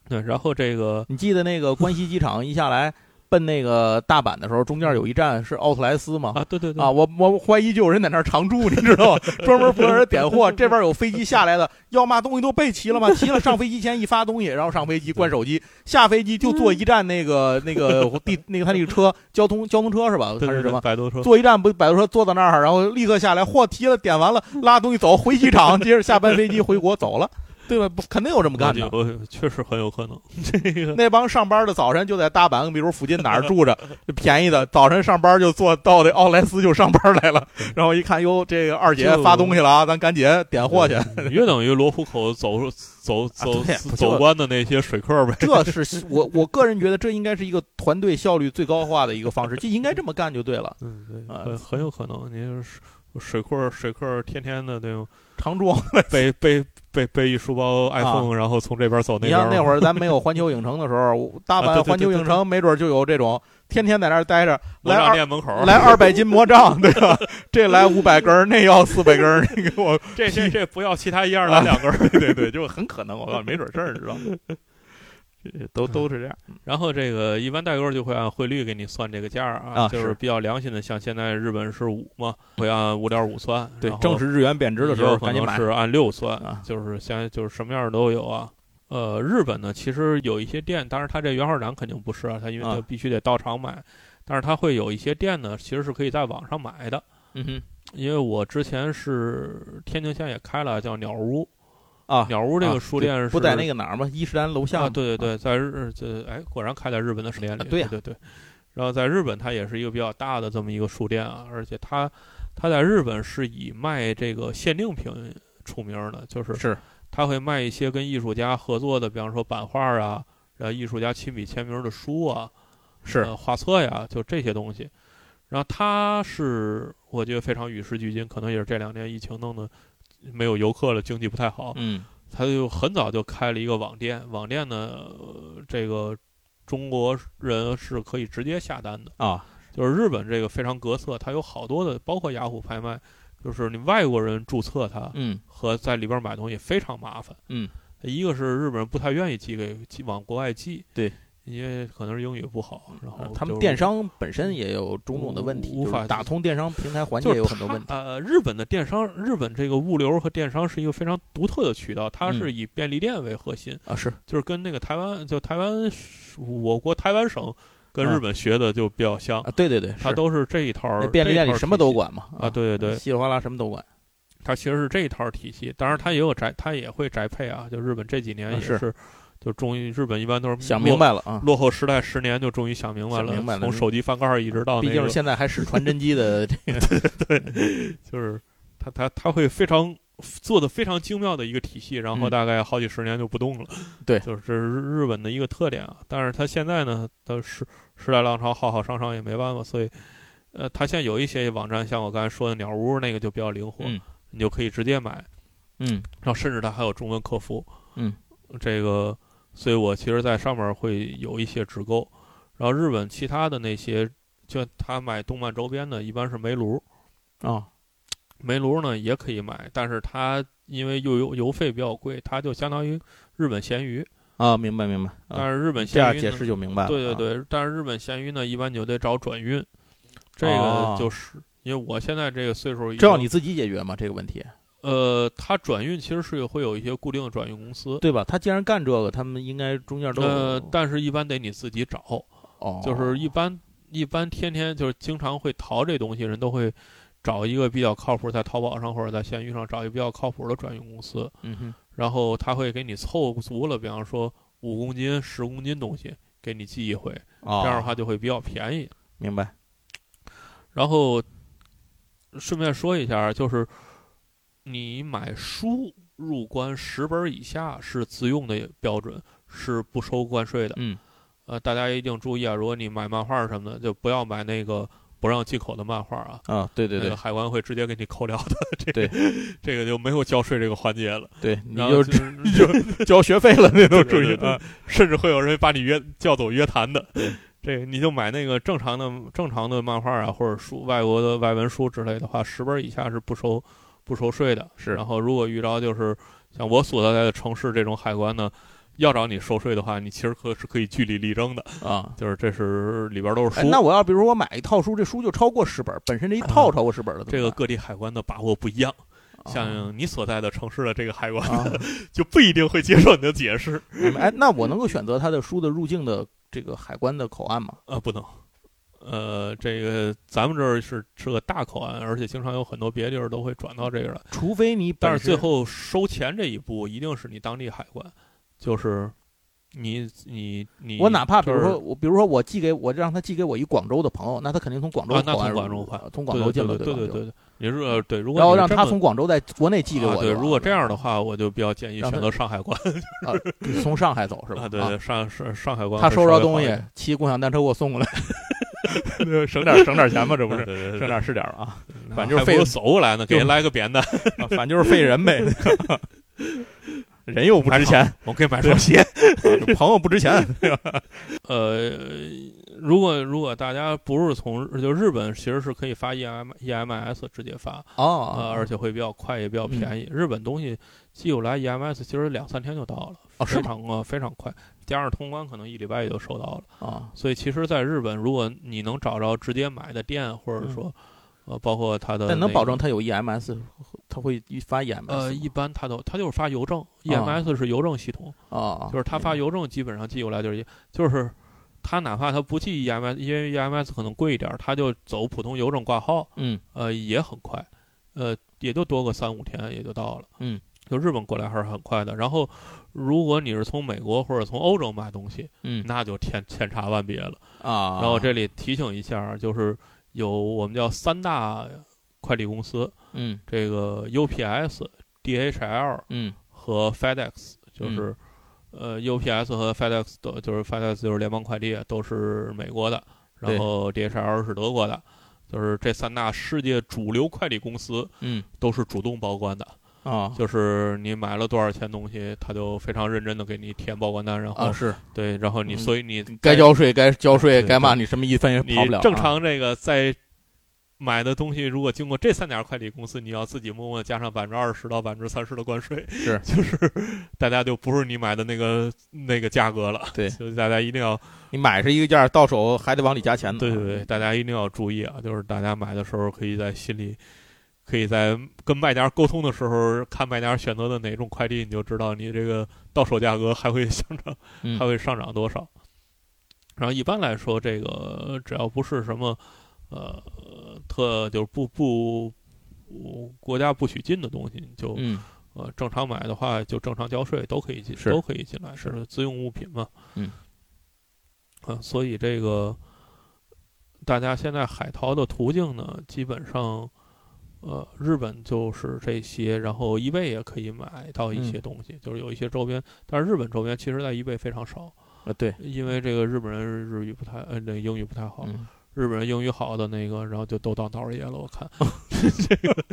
Speaker 2: 对，然后这个
Speaker 1: 你记得那个关西机场一下来奔那个大阪的时候，中间有一站是奥特莱斯吗？
Speaker 2: 啊，对对对
Speaker 1: 啊，，我我怀疑就有人在那儿常住，你知道吗？专门负责人点货，这边有飞机下来了，要嘛东西都备齐了吗？齐了，上飞机前一发东西，然后上飞机关手机，下飞机就坐一站那个那个地那个他那个车交通交通车是吧？他
Speaker 2: 对对
Speaker 1: 是什
Speaker 2: 对
Speaker 1: 么？
Speaker 2: 摆渡车，
Speaker 1: 坐一站不摆渡车坐到那儿，然后立刻下来，货提了，点完了，拉东西走，回机场，接着下班飞机回国走了，对吧？不肯定有这么干的。
Speaker 2: 我就我确实很有可能。 这 个
Speaker 1: 那帮上班的早晨就在大阪，比如附近哪儿 住着，就便宜的，早晨上班就坐到这奥莱斯就上班 来了，然后一看哟，这个二姐
Speaker 2: 就
Speaker 1: 发东西了啊，咱赶紧点货去。
Speaker 2: 约等于罗浮口走走走
Speaker 1: 啊对不就
Speaker 2: 走关的那些水客呗。
Speaker 1: 这是我 我个人觉得这应该是一个团队效率最高化的一个方式，就应该这么干就对了。
Speaker 2: 嗯，对，
Speaker 1: 啊
Speaker 2: 很很有可能，你就是水客水客天天的那种
Speaker 1: 常驻，
Speaker 2: 背背背背一书包 iPhone，然后从这边走那
Speaker 1: 啊你像
Speaker 2: 边儿嘛。
Speaker 1: 那会儿咱没有环球影城的时候， 我大
Speaker 2: 啊
Speaker 1: 阪
Speaker 2: 对对对
Speaker 1: 环球影城没准就有这种天天在那儿待着，
Speaker 2: 魔
Speaker 1: 来
Speaker 2: 杖
Speaker 1: 二
Speaker 2: 店门口儿，
Speaker 1: 来二百斤魔杖，对吧？这来五百根儿，那要四百根儿，那个我
Speaker 2: 这这这不要其他一二
Speaker 1: 啊
Speaker 2: 来两根儿。
Speaker 3: 对对 对，就很可能，我告诉你，没准事儿，你知道吗？这都都是这样，
Speaker 2: 然后这个一般代购就会按汇率给你算这个价儿啊，
Speaker 1: 啊
Speaker 2: 就是
Speaker 1: 是
Speaker 2: 比较良心的，像现在日本是五嘛，会按五点五算。
Speaker 1: 对
Speaker 2: 然后
Speaker 1: 正是日元贬值的时
Speaker 2: 也
Speaker 1: 候
Speaker 2: 有可
Speaker 1: 赶紧
Speaker 2: 能
Speaker 1: 买
Speaker 2: 是按六算，
Speaker 1: 啊
Speaker 2: 就是现在就是什么样儿都有啊。呃，日本呢，其实有一些店，当然它这原号展肯定不是啊，它因为它
Speaker 1: 啊
Speaker 2: 必须得到场买，但是它会有一些店呢，其实是可以在网上买的。
Speaker 1: 嗯哼
Speaker 2: 因为我之前是天津县也开了叫鸟屋，
Speaker 1: 啊，
Speaker 2: 鸟屋这
Speaker 1: 啊
Speaker 2: 个书店是、
Speaker 1: 不在那个哪儿吗？伊势丹楼下
Speaker 2: 啊，
Speaker 1: 吗，
Speaker 2: 对对对，在日这哎，果然开在日本的书店里，
Speaker 1: 啊对呀
Speaker 2: 对对。然后在日本，它也是一个比较大的这么一个书店啊，而且它它在日本是以卖这个限定品出名的，就是
Speaker 1: 是
Speaker 2: 它会卖一些跟艺术家合作的，比方说版画啊，然后艺术家亲笔签名的书啊，
Speaker 1: 是
Speaker 2: 呃画册呀，就这些东西。然后它是我觉得非常与时俱进，可能也是这两年疫情弄的没有游客了，经济不太好，
Speaker 1: 嗯
Speaker 2: 他就很早就开了一个网店，网店呢，呃这个中国人是可以直接下单的，
Speaker 1: 啊
Speaker 2: 就是日本这个非常格色，它有好多的，包括雅虎拍卖，就是你外国人注册它
Speaker 1: 嗯
Speaker 2: 和在里边买东西非常麻烦，
Speaker 1: 嗯，
Speaker 2: 一个是日本人不太愿意寄给寄往国外寄，
Speaker 1: 对，嗯啊
Speaker 2: 因为可能是英语不好，然后
Speaker 1: 呃他们
Speaker 2: 就
Speaker 1: 电。商本身也有种种的问题，
Speaker 2: 无无
Speaker 1: 就是
Speaker 2: 法
Speaker 1: 打通电商平台环节
Speaker 2: 就
Speaker 1: 也
Speaker 2: 是
Speaker 1: 有很多问题
Speaker 2: 它呃，日本的电商，日本这个物流和电商是一个非常独特的渠道，它
Speaker 1: 嗯
Speaker 2: 是以便利店为核心，
Speaker 1: 啊，是
Speaker 2: 就是跟那个台湾，就台湾是，我国台湾省跟
Speaker 1: 啊
Speaker 2: 日本学的就比较像，
Speaker 1: 啊，对对对，
Speaker 2: 它
Speaker 1: 是
Speaker 2: 都是这一套儿
Speaker 1: 那。便利
Speaker 2: 这一
Speaker 1: 店里
Speaker 2: 套儿
Speaker 1: 什么
Speaker 2: 体
Speaker 1: 都
Speaker 2: 系，
Speaker 1: 管嘛
Speaker 2: 啊对对对
Speaker 1: 稀里哗啦什么都管，
Speaker 2: 它其实是这一套儿体系。当然，它也有宅，它也会宅配啊。就日本这几年
Speaker 1: 啊
Speaker 2: 也
Speaker 1: 是
Speaker 2: 是，就终于日本一般都是
Speaker 1: 想
Speaker 2: 落
Speaker 1: 明。白了啊。
Speaker 2: 落后时代十年，就终于想明白
Speaker 1: 想明白了
Speaker 2: 从手机翻盖儿一直到那
Speaker 1: 毕
Speaker 2: 个，
Speaker 1: 竟是现在还是传真机的这个
Speaker 2: 就是它它它会非常做的非常精妙的一个体系，然后
Speaker 1: 嗯
Speaker 2: 大概好几十年就不动了。
Speaker 1: 对
Speaker 2: 就是这是日本的一个特点啊。但是它现在呢，它时时代浪潮浩浩汤汤也没办法，所以呃，它现在有一些网站，像我刚才说的鸟屋那个就比较灵活，
Speaker 1: 嗯
Speaker 2: 你就可以直接买，
Speaker 1: 嗯
Speaker 2: 然后甚至它还有中文客服。
Speaker 1: 嗯，
Speaker 2: 这个，所以我其实在上面会有一些直购，然后日本其他的那些。就他买动漫周边的，一般是煤炉，
Speaker 1: 啊
Speaker 2: 煤炉呢也可以买，但是它因为又油油费比较贵，它就相当于日本咸鱼。
Speaker 1: 啊，明白明白啊，
Speaker 2: 但是日本
Speaker 1: 这
Speaker 2: 咸
Speaker 1: 样
Speaker 2: 鱼呢
Speaker 1: 解释就明白了。
Speaker 2: 对对
Speaker 1: 啊，
Speaker 2: 对，但是日本咸鱼呢，一般你就得找转运，这
Speaker 1: 哦
Speaker 2: 个就是、因为我现在这个岁数已经，
Speaker 1: 这要你自己解决嘛这个问题，
Speaker 2: 呃，它转运其实是会有一些固定的转运公司。
Speaker 1: 对吧？他既然干这个，他们应该中间都有
Speaker 2: 呃，但是一般得你自己找，
Speaker 1: 哦，
Speaker 2: 就是一般一般天天就是经常会淘这东西，人都会找一个比较靠谱，在淘宝上或者在闲鱼上找一个比较靠谱的转运公司，
Speaker 3: 嗯哼，
Speaker 2: 然后他会给你凑足了，比方说五公斤、十公斤东西给你寄一回，
Speaker 1: 哦
Speaker 2: 这样的话就会比较便宜。
Speaker 1: 明白，
Speaker 2: 然后顺便说一下，就是你买书入关十本以下是自用的标准，是不收关税的。
Speaker 1: 嗯，
Speaker 2: 呃，大家一定注意啊，如果你买漫画什么的，就不要买那个不让进口的漫画啊。
Speaker 1: 啊、对对
Speaker 2: 那
Speaker 1: 对
Speaker 2: 个海关会直接给你扣掉的， 这
Speaker 1: 对
Speaker 2: 个这个就没有交税这个环节了。
Speaker 1: 对，你
Speaker 2: 然后
Speaker 1: 就
Speaker 2: 就是
Speaker 1: 就交学费了，那都
Speaker 2: 就
Speaker 1: 注
Speaker 2: 注
Speaker 1: 意
Speaker 2: 意啊，甚至会有人把你约叫走约谈的。 这个你就买那个正常的、正常的漫画啊，或者书、外国的外文书之类的话，十本以下是不收不收税的。
Speaker 1: 是
Speaker 2: 然后如果遇到就是像我所在的城市这种海关呢，要找你收税的话，你其实可是可以据理力争的。
Speaker 1: 啊。
Speaker 2: 就是这是里边都是
Speaker 1: 哎
Speaker 2: 书，，
Speaker 1: 那我要比如我买一套书，这书就超过十本，本身这一套
Speaker 2: 啊
Speaker 1: 超过十本了，怎么
Speaker 2: 这个
Speaker 1: 办
Speaker 2: 各地海关的把握不一样，
Speaker 1: 啊
Speaker 2: 像你所在的城市的这个海关、
Speaker 1: 啊，
Speaker 2: 就不一定会接受你的解 释。
Speaker 1: 明白哎，那我能够选择他的书的入境的这个海关的口岸吗？
Speaker 2: 啊，不能。呃，这个咱们这儿是是个大口岸，而且经常有很多别地儿都会转到这个来。
Speaker 1: 除非你本
Speaker 2: 但是
Speaker 1: 身
Speaker 2: 最后收钱这一步，一定是你当地海关，就是你你你，
Speaker 1: 我哪怕比如
Speaker 2: 就是
Speaker 1: 说我，比如说我寄给我让他寄给我一广州的朋友，那他肯定从广州
Speaker 2: 啊那
Speaker 1: 口岸
Speaker 2: 从广
Speaker 1: 入
Speaker 2: 州换
Speaker 1: 呃从
Speaker 2: 对
Speaker 1: 广州进了，
Speaker 2: 对对
Speaker 1: 吧
Speaker 2: 对对对，你是呃对，如果
Speaker 1: 然后
Speaker 2: 你
Speaker 1: 让
Speaker 2: 这
Speaker 1: 他
Speaker 2: 么
Speaker 1: 从广州在国内寄给
Speaker 2: 啊
Speaker 1: 我就完
Speaker 2: 对，
Speaker 1: 了。
Speaker 2: 如果这样的话，我就比较建议
Speaker 1: 让
Speaker 2: 选
Speaker 1: 他
Speaker 2: 择上海关
Speaker 1: 啊，从上海走是吧？
Speaker 2: 啊，对
Speaker 1: 啊
Speaker 2: 对，上上上海关
Speaker 1: 他
Speaker 2: 会
Speaker 1: 收着
Speaker 2: 稍微好
Speaker 1: 东
Speaker 2: 一
Speaker 1: 西
Speaker 2: 点，
Speaker 1: 骑共享单车给我送 过来，
Speaker 3: 那省点省点钱吧，这不
Speaker 2: 啊
Speaker 3: 是
Speaker 2: 对对
Speaker 3: 省
Speaker 2: 对
Speaker 3: 点是点儿啊，
Speaker 2: 对，
Speaker 1: 反正就是
Speaker 2: 还不
Speaker 1: 费
Speaker 2: 如走过来呢，给
Speaker 1: 就
Speaker 2: 人来个扁 担，
Speaker 3: 反正就是费人 呗，人又不值钱，
Speaker 2: 我可以买双鞋。
Speaker 3: 朋友不值 钱，
Speaker 2: 呃，如果如果大家不是从日就日本，其实是可以发 E M E M S 直接发，呃，
Speaker 1: 哦，
Speaker 2: 而且会比较快，也比较便宜。日本东西寄过来 E M S 其实两三天就到了，
Speaker 1: 哦是
Speaker 2: 非
Speaker 1: 吗？
Speaker 2: 常呃非常快，加上通关可能一礼拜也就收到了。
Speaker 1: 啊，
Speaker 2: 所以其实，在日本，如果你能找着直接买的店，或者说、呃，包括它的、那
Speaker 1: 但能
Speaker 2: 个
Speaker 1: 保证他有 EMS，他会发 EMS
Speaker 2: 呃，一
Speaker 1: 吗
Speaker 2: 般它都它就是发邮政，E M S 是邮政系统。
Speaker 1: 啊，
Speaker 2: 就是他发邮政基本上寄过来就是一就是他哪怕他不寄 EMS，因为 EMS 可能贵一点儿，他就走普通邮政挂号，
Speaker 1: 嗯
Speaker 2: 呃，也很快，呃，也就多个三五天也就到了。
Speaker 1: 嗯，
Speaker 2: 就日本过来还是很快的。然后，如果你是从美国或者从欧洲买东西，
Speaker 1: 嗯
Speaker 2: 那就千千差万别了。
Speaker 1: 啊，
Speaker 2: 然后这里提醒一下，啊就是有我们叫三大快递公司，
Speaker 1: 嗯
Speaker 2: 这个 UPS、DHL
Speaker 1: 嗯
Speaker 2: 和 FedEx，就是、呃 UPS 和 FedEx 都就是 FedEx 就是联邦快递都是美国的，
Speaker 1: 对
Speaker 2: 然后 DHL 是德国的，就是这三大世界主流快递公司
Speaker 1: 嗯
Speaker 2: 都是主动报关的，
Speaker 1: 啊
Speaker 2: 就是你买了多少钱东西，他就非常认真的给你填报关单，然后、
Speaker 1: 啊是
Speaker 2: 对，然后你、
Speaker 1: 嗯
Speaker 2: 所以你
Speaker 1: 该交税该交税
Speaker 2: 哦对
Speaker 1: 该骂
Speaker 2: 对
Speaker 1: 你什么一分也
Speaker 2: 你
Speaker 1: 跑不了啊，
Speaker 2: 正常这个在。买的东西如果经过这三家快递公司，你要自己默默加上百分之二十到百分之三十的关税，
Speaker 1: 是
Speaker 2: 就是大家就不是你买的那个那个价格了。
Speaker 1: 对
Speaker 2: 所以大家一定要
Speaker 1: 你买是一个价，到手还得往里加钱呢。啊
Speaker 2: 对对对，大家一定要注意啊！就是大家买的时候，可以在心里，可以在跟卖家沟通的时候，看卖家选择的哪种快递，你就知道你这个到手价格还会上涨，
Speaker 1: 嗯
Speaker 2: 还会上涨多少。然后一般来说，这个只要不是什么呃特就是不不不国家不许进的东西，你就、
Speaker 1: 嗯，
Speaker 2: 呃，正常买的话就正常交税，都可以进，
Speaker 1: 是
Speaker 2: 都可以进来，是自用物品嘛。
Speaker 1: 嗯。
Speaker 2: 啊，所以这个大家现在海淘的途径呢，基本上，呃，日本就是这些，然后 eBay 也可以买到一些
Speaker 1: 嗯
Speaker 2: 东西，就是有一些周边，但是日本周边其实在 eBay 非常少，
Speaker 1: 呃对，
Speaker 2: 因为这个日本人日语不太，呃，那英语不太好，
Speaker 1: 嗯
Speaker 2: 日本人英语好的那个，然后就都当道儿爷了。我看，这个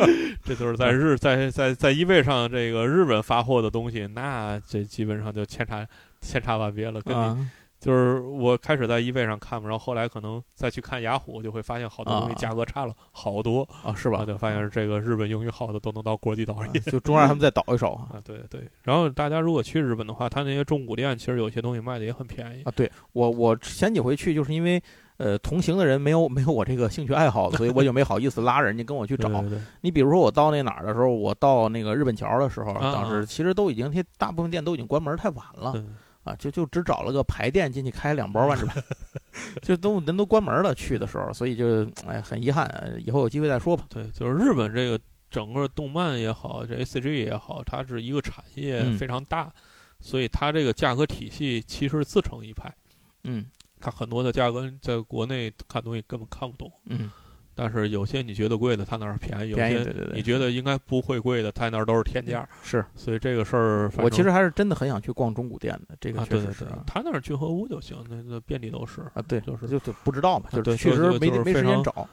Speaker 2: 这就是在日在在在 eBay 上这个日本发货的东西，那这基本上就千差千差万别了。跟你、
Speaker 1: 啊
Speaker 2: 就是我开始在 eBay 上看嘛，然后后来可能再去看雅虎，就会发现好多东西
Speaker 1: 啊
Speaker 2: 价格差了好多，
Speaker 1: 啊是吧
Speaker 2: 然后？就发现这个日本英语好的都能到国际道儿
Speaker 1: 啊
Speaker 2: 爷。
Speaker 1: 就中让他们再倒一手啊！
Speaker 2: 啊，对对，然后大家如果去日本的话，他那些中古店其实有些东西卖的也很便宜
Speaker 1: 啊，对我我前几回去就是因为呃同行的人没有没有我这个兴趣爱好，所以我就没好意思拉人家跟我去
Speaker 2: 去
Speaker 1: 找。
Speaker 2: 对对
Speaker 1: 你比如说我到那哪儿的时候，我到那个日本桥的时候，
Speaker 2: 啊
Speaker 1: 当时其实都已经，大部分店都已经关门太晚了
Speaker 2: 对
Speaker 1: 啊，就就只找了个排店进去开两包万智牌，就都人都关门了，去的时候，所以就哎很遗憾，呃以后有机会再说吧。
Speaker 2: 对，就是日本这个整个动漫也好，这 A C G 也好，它是一个产业
Speaker 4: 嗯
Speaker 2: 非常大，所以它这个价格体系其实自成一派。
Speaker 1: 嗯
Speaker 2: 它很多的价格在国内看东西根本看不懂，
Speaker 1: 嗯，
Speaker 2: 但是有些你觉得贵的，它那儿便宜；有
Speaker 1: 便宜，
Speaker 2: 些
Speaker 1: 对对
Speaker 2: 你
Speaker 1: 对，
Speaker 2: 觉得应该不会贵的，它那儿都是天价。
Speaker 1: 是
Speaker 2: 所以这个事儿，反
Speaker 1: 我其
Speaker 2: 正
Speaker 1: 实还是真的很想去逛中古店的，这个
Speaker 2: 啊，
Speaker 1: 确
Speaker 2: 对
Speaker 1: 实
Speaker 2: 对
Speaker 1: 是
Speaker 2: 对
Speaker 1: 啊，
Speaker 2: 它那儿聚合屋就行，那那遍地都是。
Speaker 1: 啊，对，
Speaker 2: 就是啊
Speaker 1: 就就不知道嘛，就
Speaker 2: 对
Speaker 1: 是确
Speaker 2: 所以
Speaker 1: 实
Speaker 2: 这个
Speaker 1: 没
Speaker 2: 就是
Speaker 1: 没时
Speaker 2: 非常
Speaker 1: 间找。
Speaker 2: 啊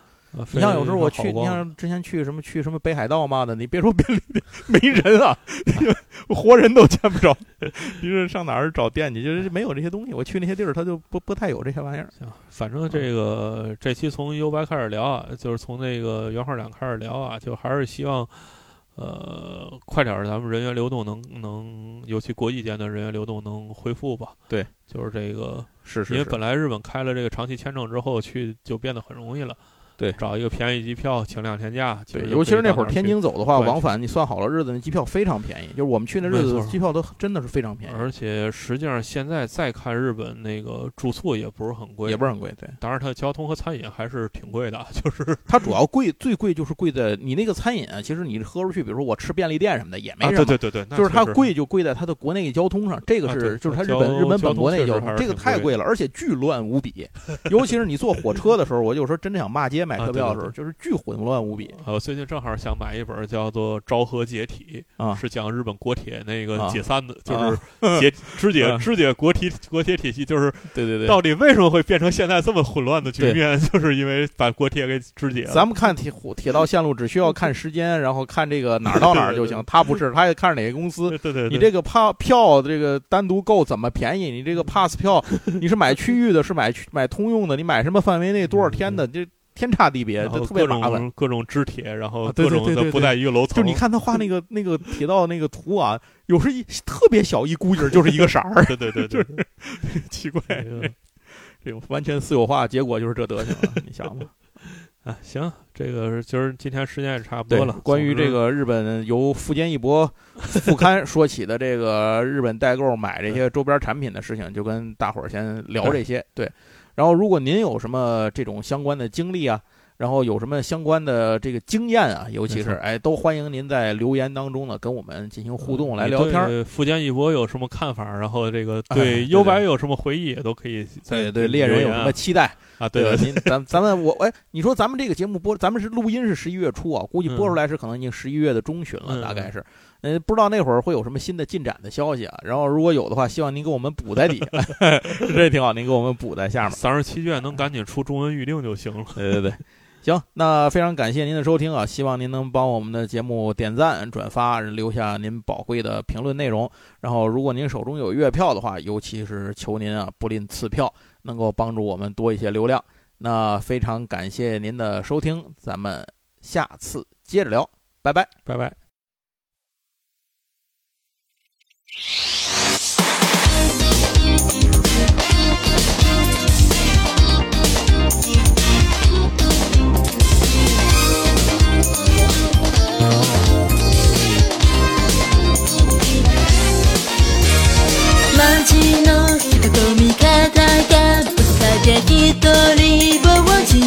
Speaker 1: 你像有时候我去，你像之前去什么去什么北海道嘛的，你别说便利店没人啊， 活人都见不着，你是上哪儿找店去？就是没有这些东西。我去那些地儿，它就不不太有这些玩意儿。
Speaker 2: 行，反正这
Speaker 1: 嗯
Speaker 2: 个这期从 U 白开始聊啊，就是从那个原画展开始聊啊，就还是希望，呃，快点儿咱们人员流动能能，尤其国际间的人员流动能恢复吧。
Speaker 1: 对，
Speaker 2: 就是这个，
Speaker 1: 是
Speaker 2: 因为本来日本开了这个长期签证之后，去就变得很容易了。
Speaker 1: 对
Speaker 2: 找一个便宜机票，请两天假，
Speaker 1: 对，
Speaker 2: 就
Speaker 1: 尤其是那会儿
Speaker 2: 可以
Speaker 1: 天津走的话，
Speaker 2: 对
Speaker 1: 往返你算好了日子，那机票非常便宜。就是我们去那日
Speaker 2: 没
Speaker 1: 子
Speaker 2: 错，
Speaker 1: 机票都真的是非常便
Speaker 2: 到那儿去，
Speaker 1: 宜，
Speaker 2: 而且实际上现在再看日本那个住宿也不是很贵，
Speaker 1: 也不是很贵。对，
Speaker 2: 当然它的交通和餐饮还是挺贵的，啊就是
Speaker 1: 它主要贵，最贵就是贵在你那个餐饮啊，其实你喝出去，比如说我吃便利店什么的也没
Speaker 2: 啊
Speaker 1: 什么。
Speaker 2: 对对对对，那
Speaker 1: 就是
Speaker 2: 确
Speaker 1: 它
Speaker 2: 实
Speaker 1: 贵就贵在它的国内交通上，这个
Speaker 2: 啊
Speaker 1: 是、
Speaker 2: 对
Speaker 1: 就是它日
Speaker 2: 交
Speaker 1: 本日本
Speaker 2: 交
Speaker 1: 本
Speaker 2: 通
Speaker 1: 国内
Speaker 2: 确实
Speaker 1: 交
Speaker 2: 还
Speaker 1: 通，
Speaker 2: 是
Speaker 1: 这个
Speaker 2: 挺
Speaker 1: 太
Speaker 2: 贵
Speaker 1: 贵了，而且巨乱无比。尤其是你坐火车的时候，我有时候真的想骂街买
Speaker 2: 啊
Speaker 1: 车
Speaker 2: 对
Speaker 1: 票的
Speaker 2: 对
Speaker 1: 时候，就是巨混乱无比
Speaker 2: 呃，我最近正好想买一本叫做《昭和解体》，
Speaker 1: 啊
Speaker 2: 是讲日本国铁那个
Speaker 1: 啊
Speaker 2: 解散的，
Speaker 1: 啊
Speaker 2: 就是解肢解
Speaker 1: 啊
Speaker 2: 肢解国体国铁体系，就是
Speaker 1: 对对
Speaker 2: 到底为什么会变成现在这么混乱的局
Speaker 1: 对
Speaker 2: 面， 就是因为把国铁给肢解了。
Speaker 1: 咱们看铁火铁道线路只需要看时间，然后看这个哪儿到哪儿就
Speaker 2: 对对
Speaker 1: 行。 他不是，他也看是哪个公司。
Speaker 2: 对对对，
Speaker 1: 你这个票票这个单独购怎么便宜？你这个 pass 票，你是买区域的，是买区买通用的，你买什么范围内多少天的？这天差地别，
Speaker 2: 然
Speaker 1: 这
Speaker 2: 后
Speaker 1: 特别
Speaker 2: 各
Speaker 1: 麻烦。
Speaker 2: 种各种肢铁，然后
Speaker 1: 啊对
Speaker 2: 各
Speaker 1: 对
Speaker 2: 种
Speaker 1: 对
Speaker 2: 的
Speaker 1: 对
Speaker 2: 不
Speaker 1: 对
Speaker 2: 在一个楼
Speaker 1: 就
Speaker 2: 层
Speaker 1: 是你。看他画那个那个铁道那个图啊，有时候一特别小一股影儿就是一个色儿，
Speaker 2: 对对对对，对
Speaker 1: 奇怪，
Speaker 2: 这个
Speaker 1: 这种完全私有化，结果就是这德行了，你想吧。
Speaker 2: 啊，行，这个是今儿今天时间也差不
Speaker 1: 对
Speaker 2: 多了。
Speaker 1: 关于
Speaker 2: 总之
Speaker 1: 这个日本由富坚义博副刊说起的这个日本代购买这些周边产品的事情，就跟大伙儿先聊这些。对，然后如果您有什么这种相关的经历啊，然后有什么相关的这个经验啊，尤其
Speaker 2: 没
Speaker 1: 是
Speaker 2: 错
Speaker 1: 哎，都欢迎您在留言当中呢跟我们进行互动来
Speaker 2: 你
Speaker 1: 聊天儿。
Speaker 2: 嗯对福建一博有什么看法？然后这个
Speaker 1: 哎
Speaker 2: 对
Speaker 1: 对
Speaker 2: 优白有什么回忆，也都可以在
Speaker 1: 对对，猎人有什么期待？
Speaker 2: 啊？对对
Speaker 1: 吧？您咱咱们我哎，你说咱们这个节目播，咱们是录音是十一月初啊，估计播出来是可能已经十一月的中旬了，
Speaker 2: 嗯
Speaker 1: 大概是。嗯，不知道那会儿会有什么新的进展的消息啊？然后如果有的话，希望您给我们补在底 下， 这挺好，您给我们补在下面。
Speaker 2: 三十七卷能赶紧出中文预定就行了。
Speaker 1: 对对对，行，那非常感谢您的收听啊，希望您能帮我们的节目点赞、转发，留下您宝贵的评论内容。然后，如果您手中有月票的话，尤其是求您啊不吝赐票，能够帮助我们多一些流量。那非常感谢您的收听，咱们下次接着聊，拜拜。
Speaker 2: 拜拜。
Speaker 5: 街の人と味方がぶつかり合い一人ぼっち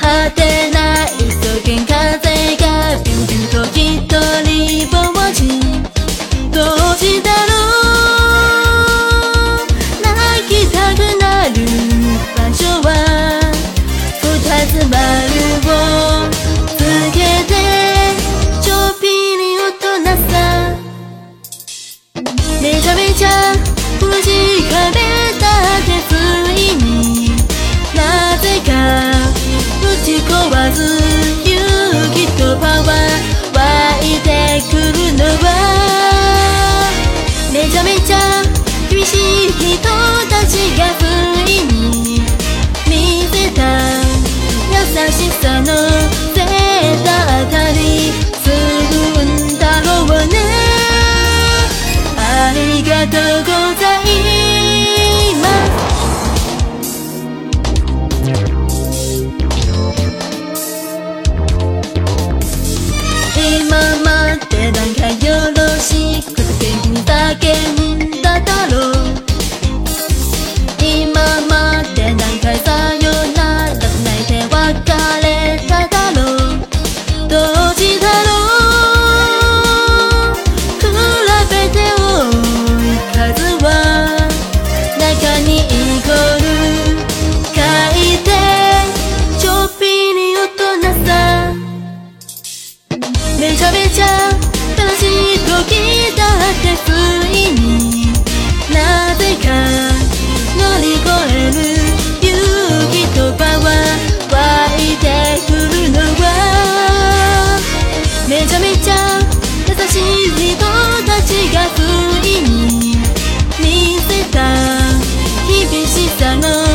Speaker 5: 果てない草原風がビュンビュンと一人ぼっちどうしてだろう泣きたくなる場所は二つ丸をつけてちょっぴり大人さめちゃめちゃ無事枯れた手ついになぜか打ち壊たの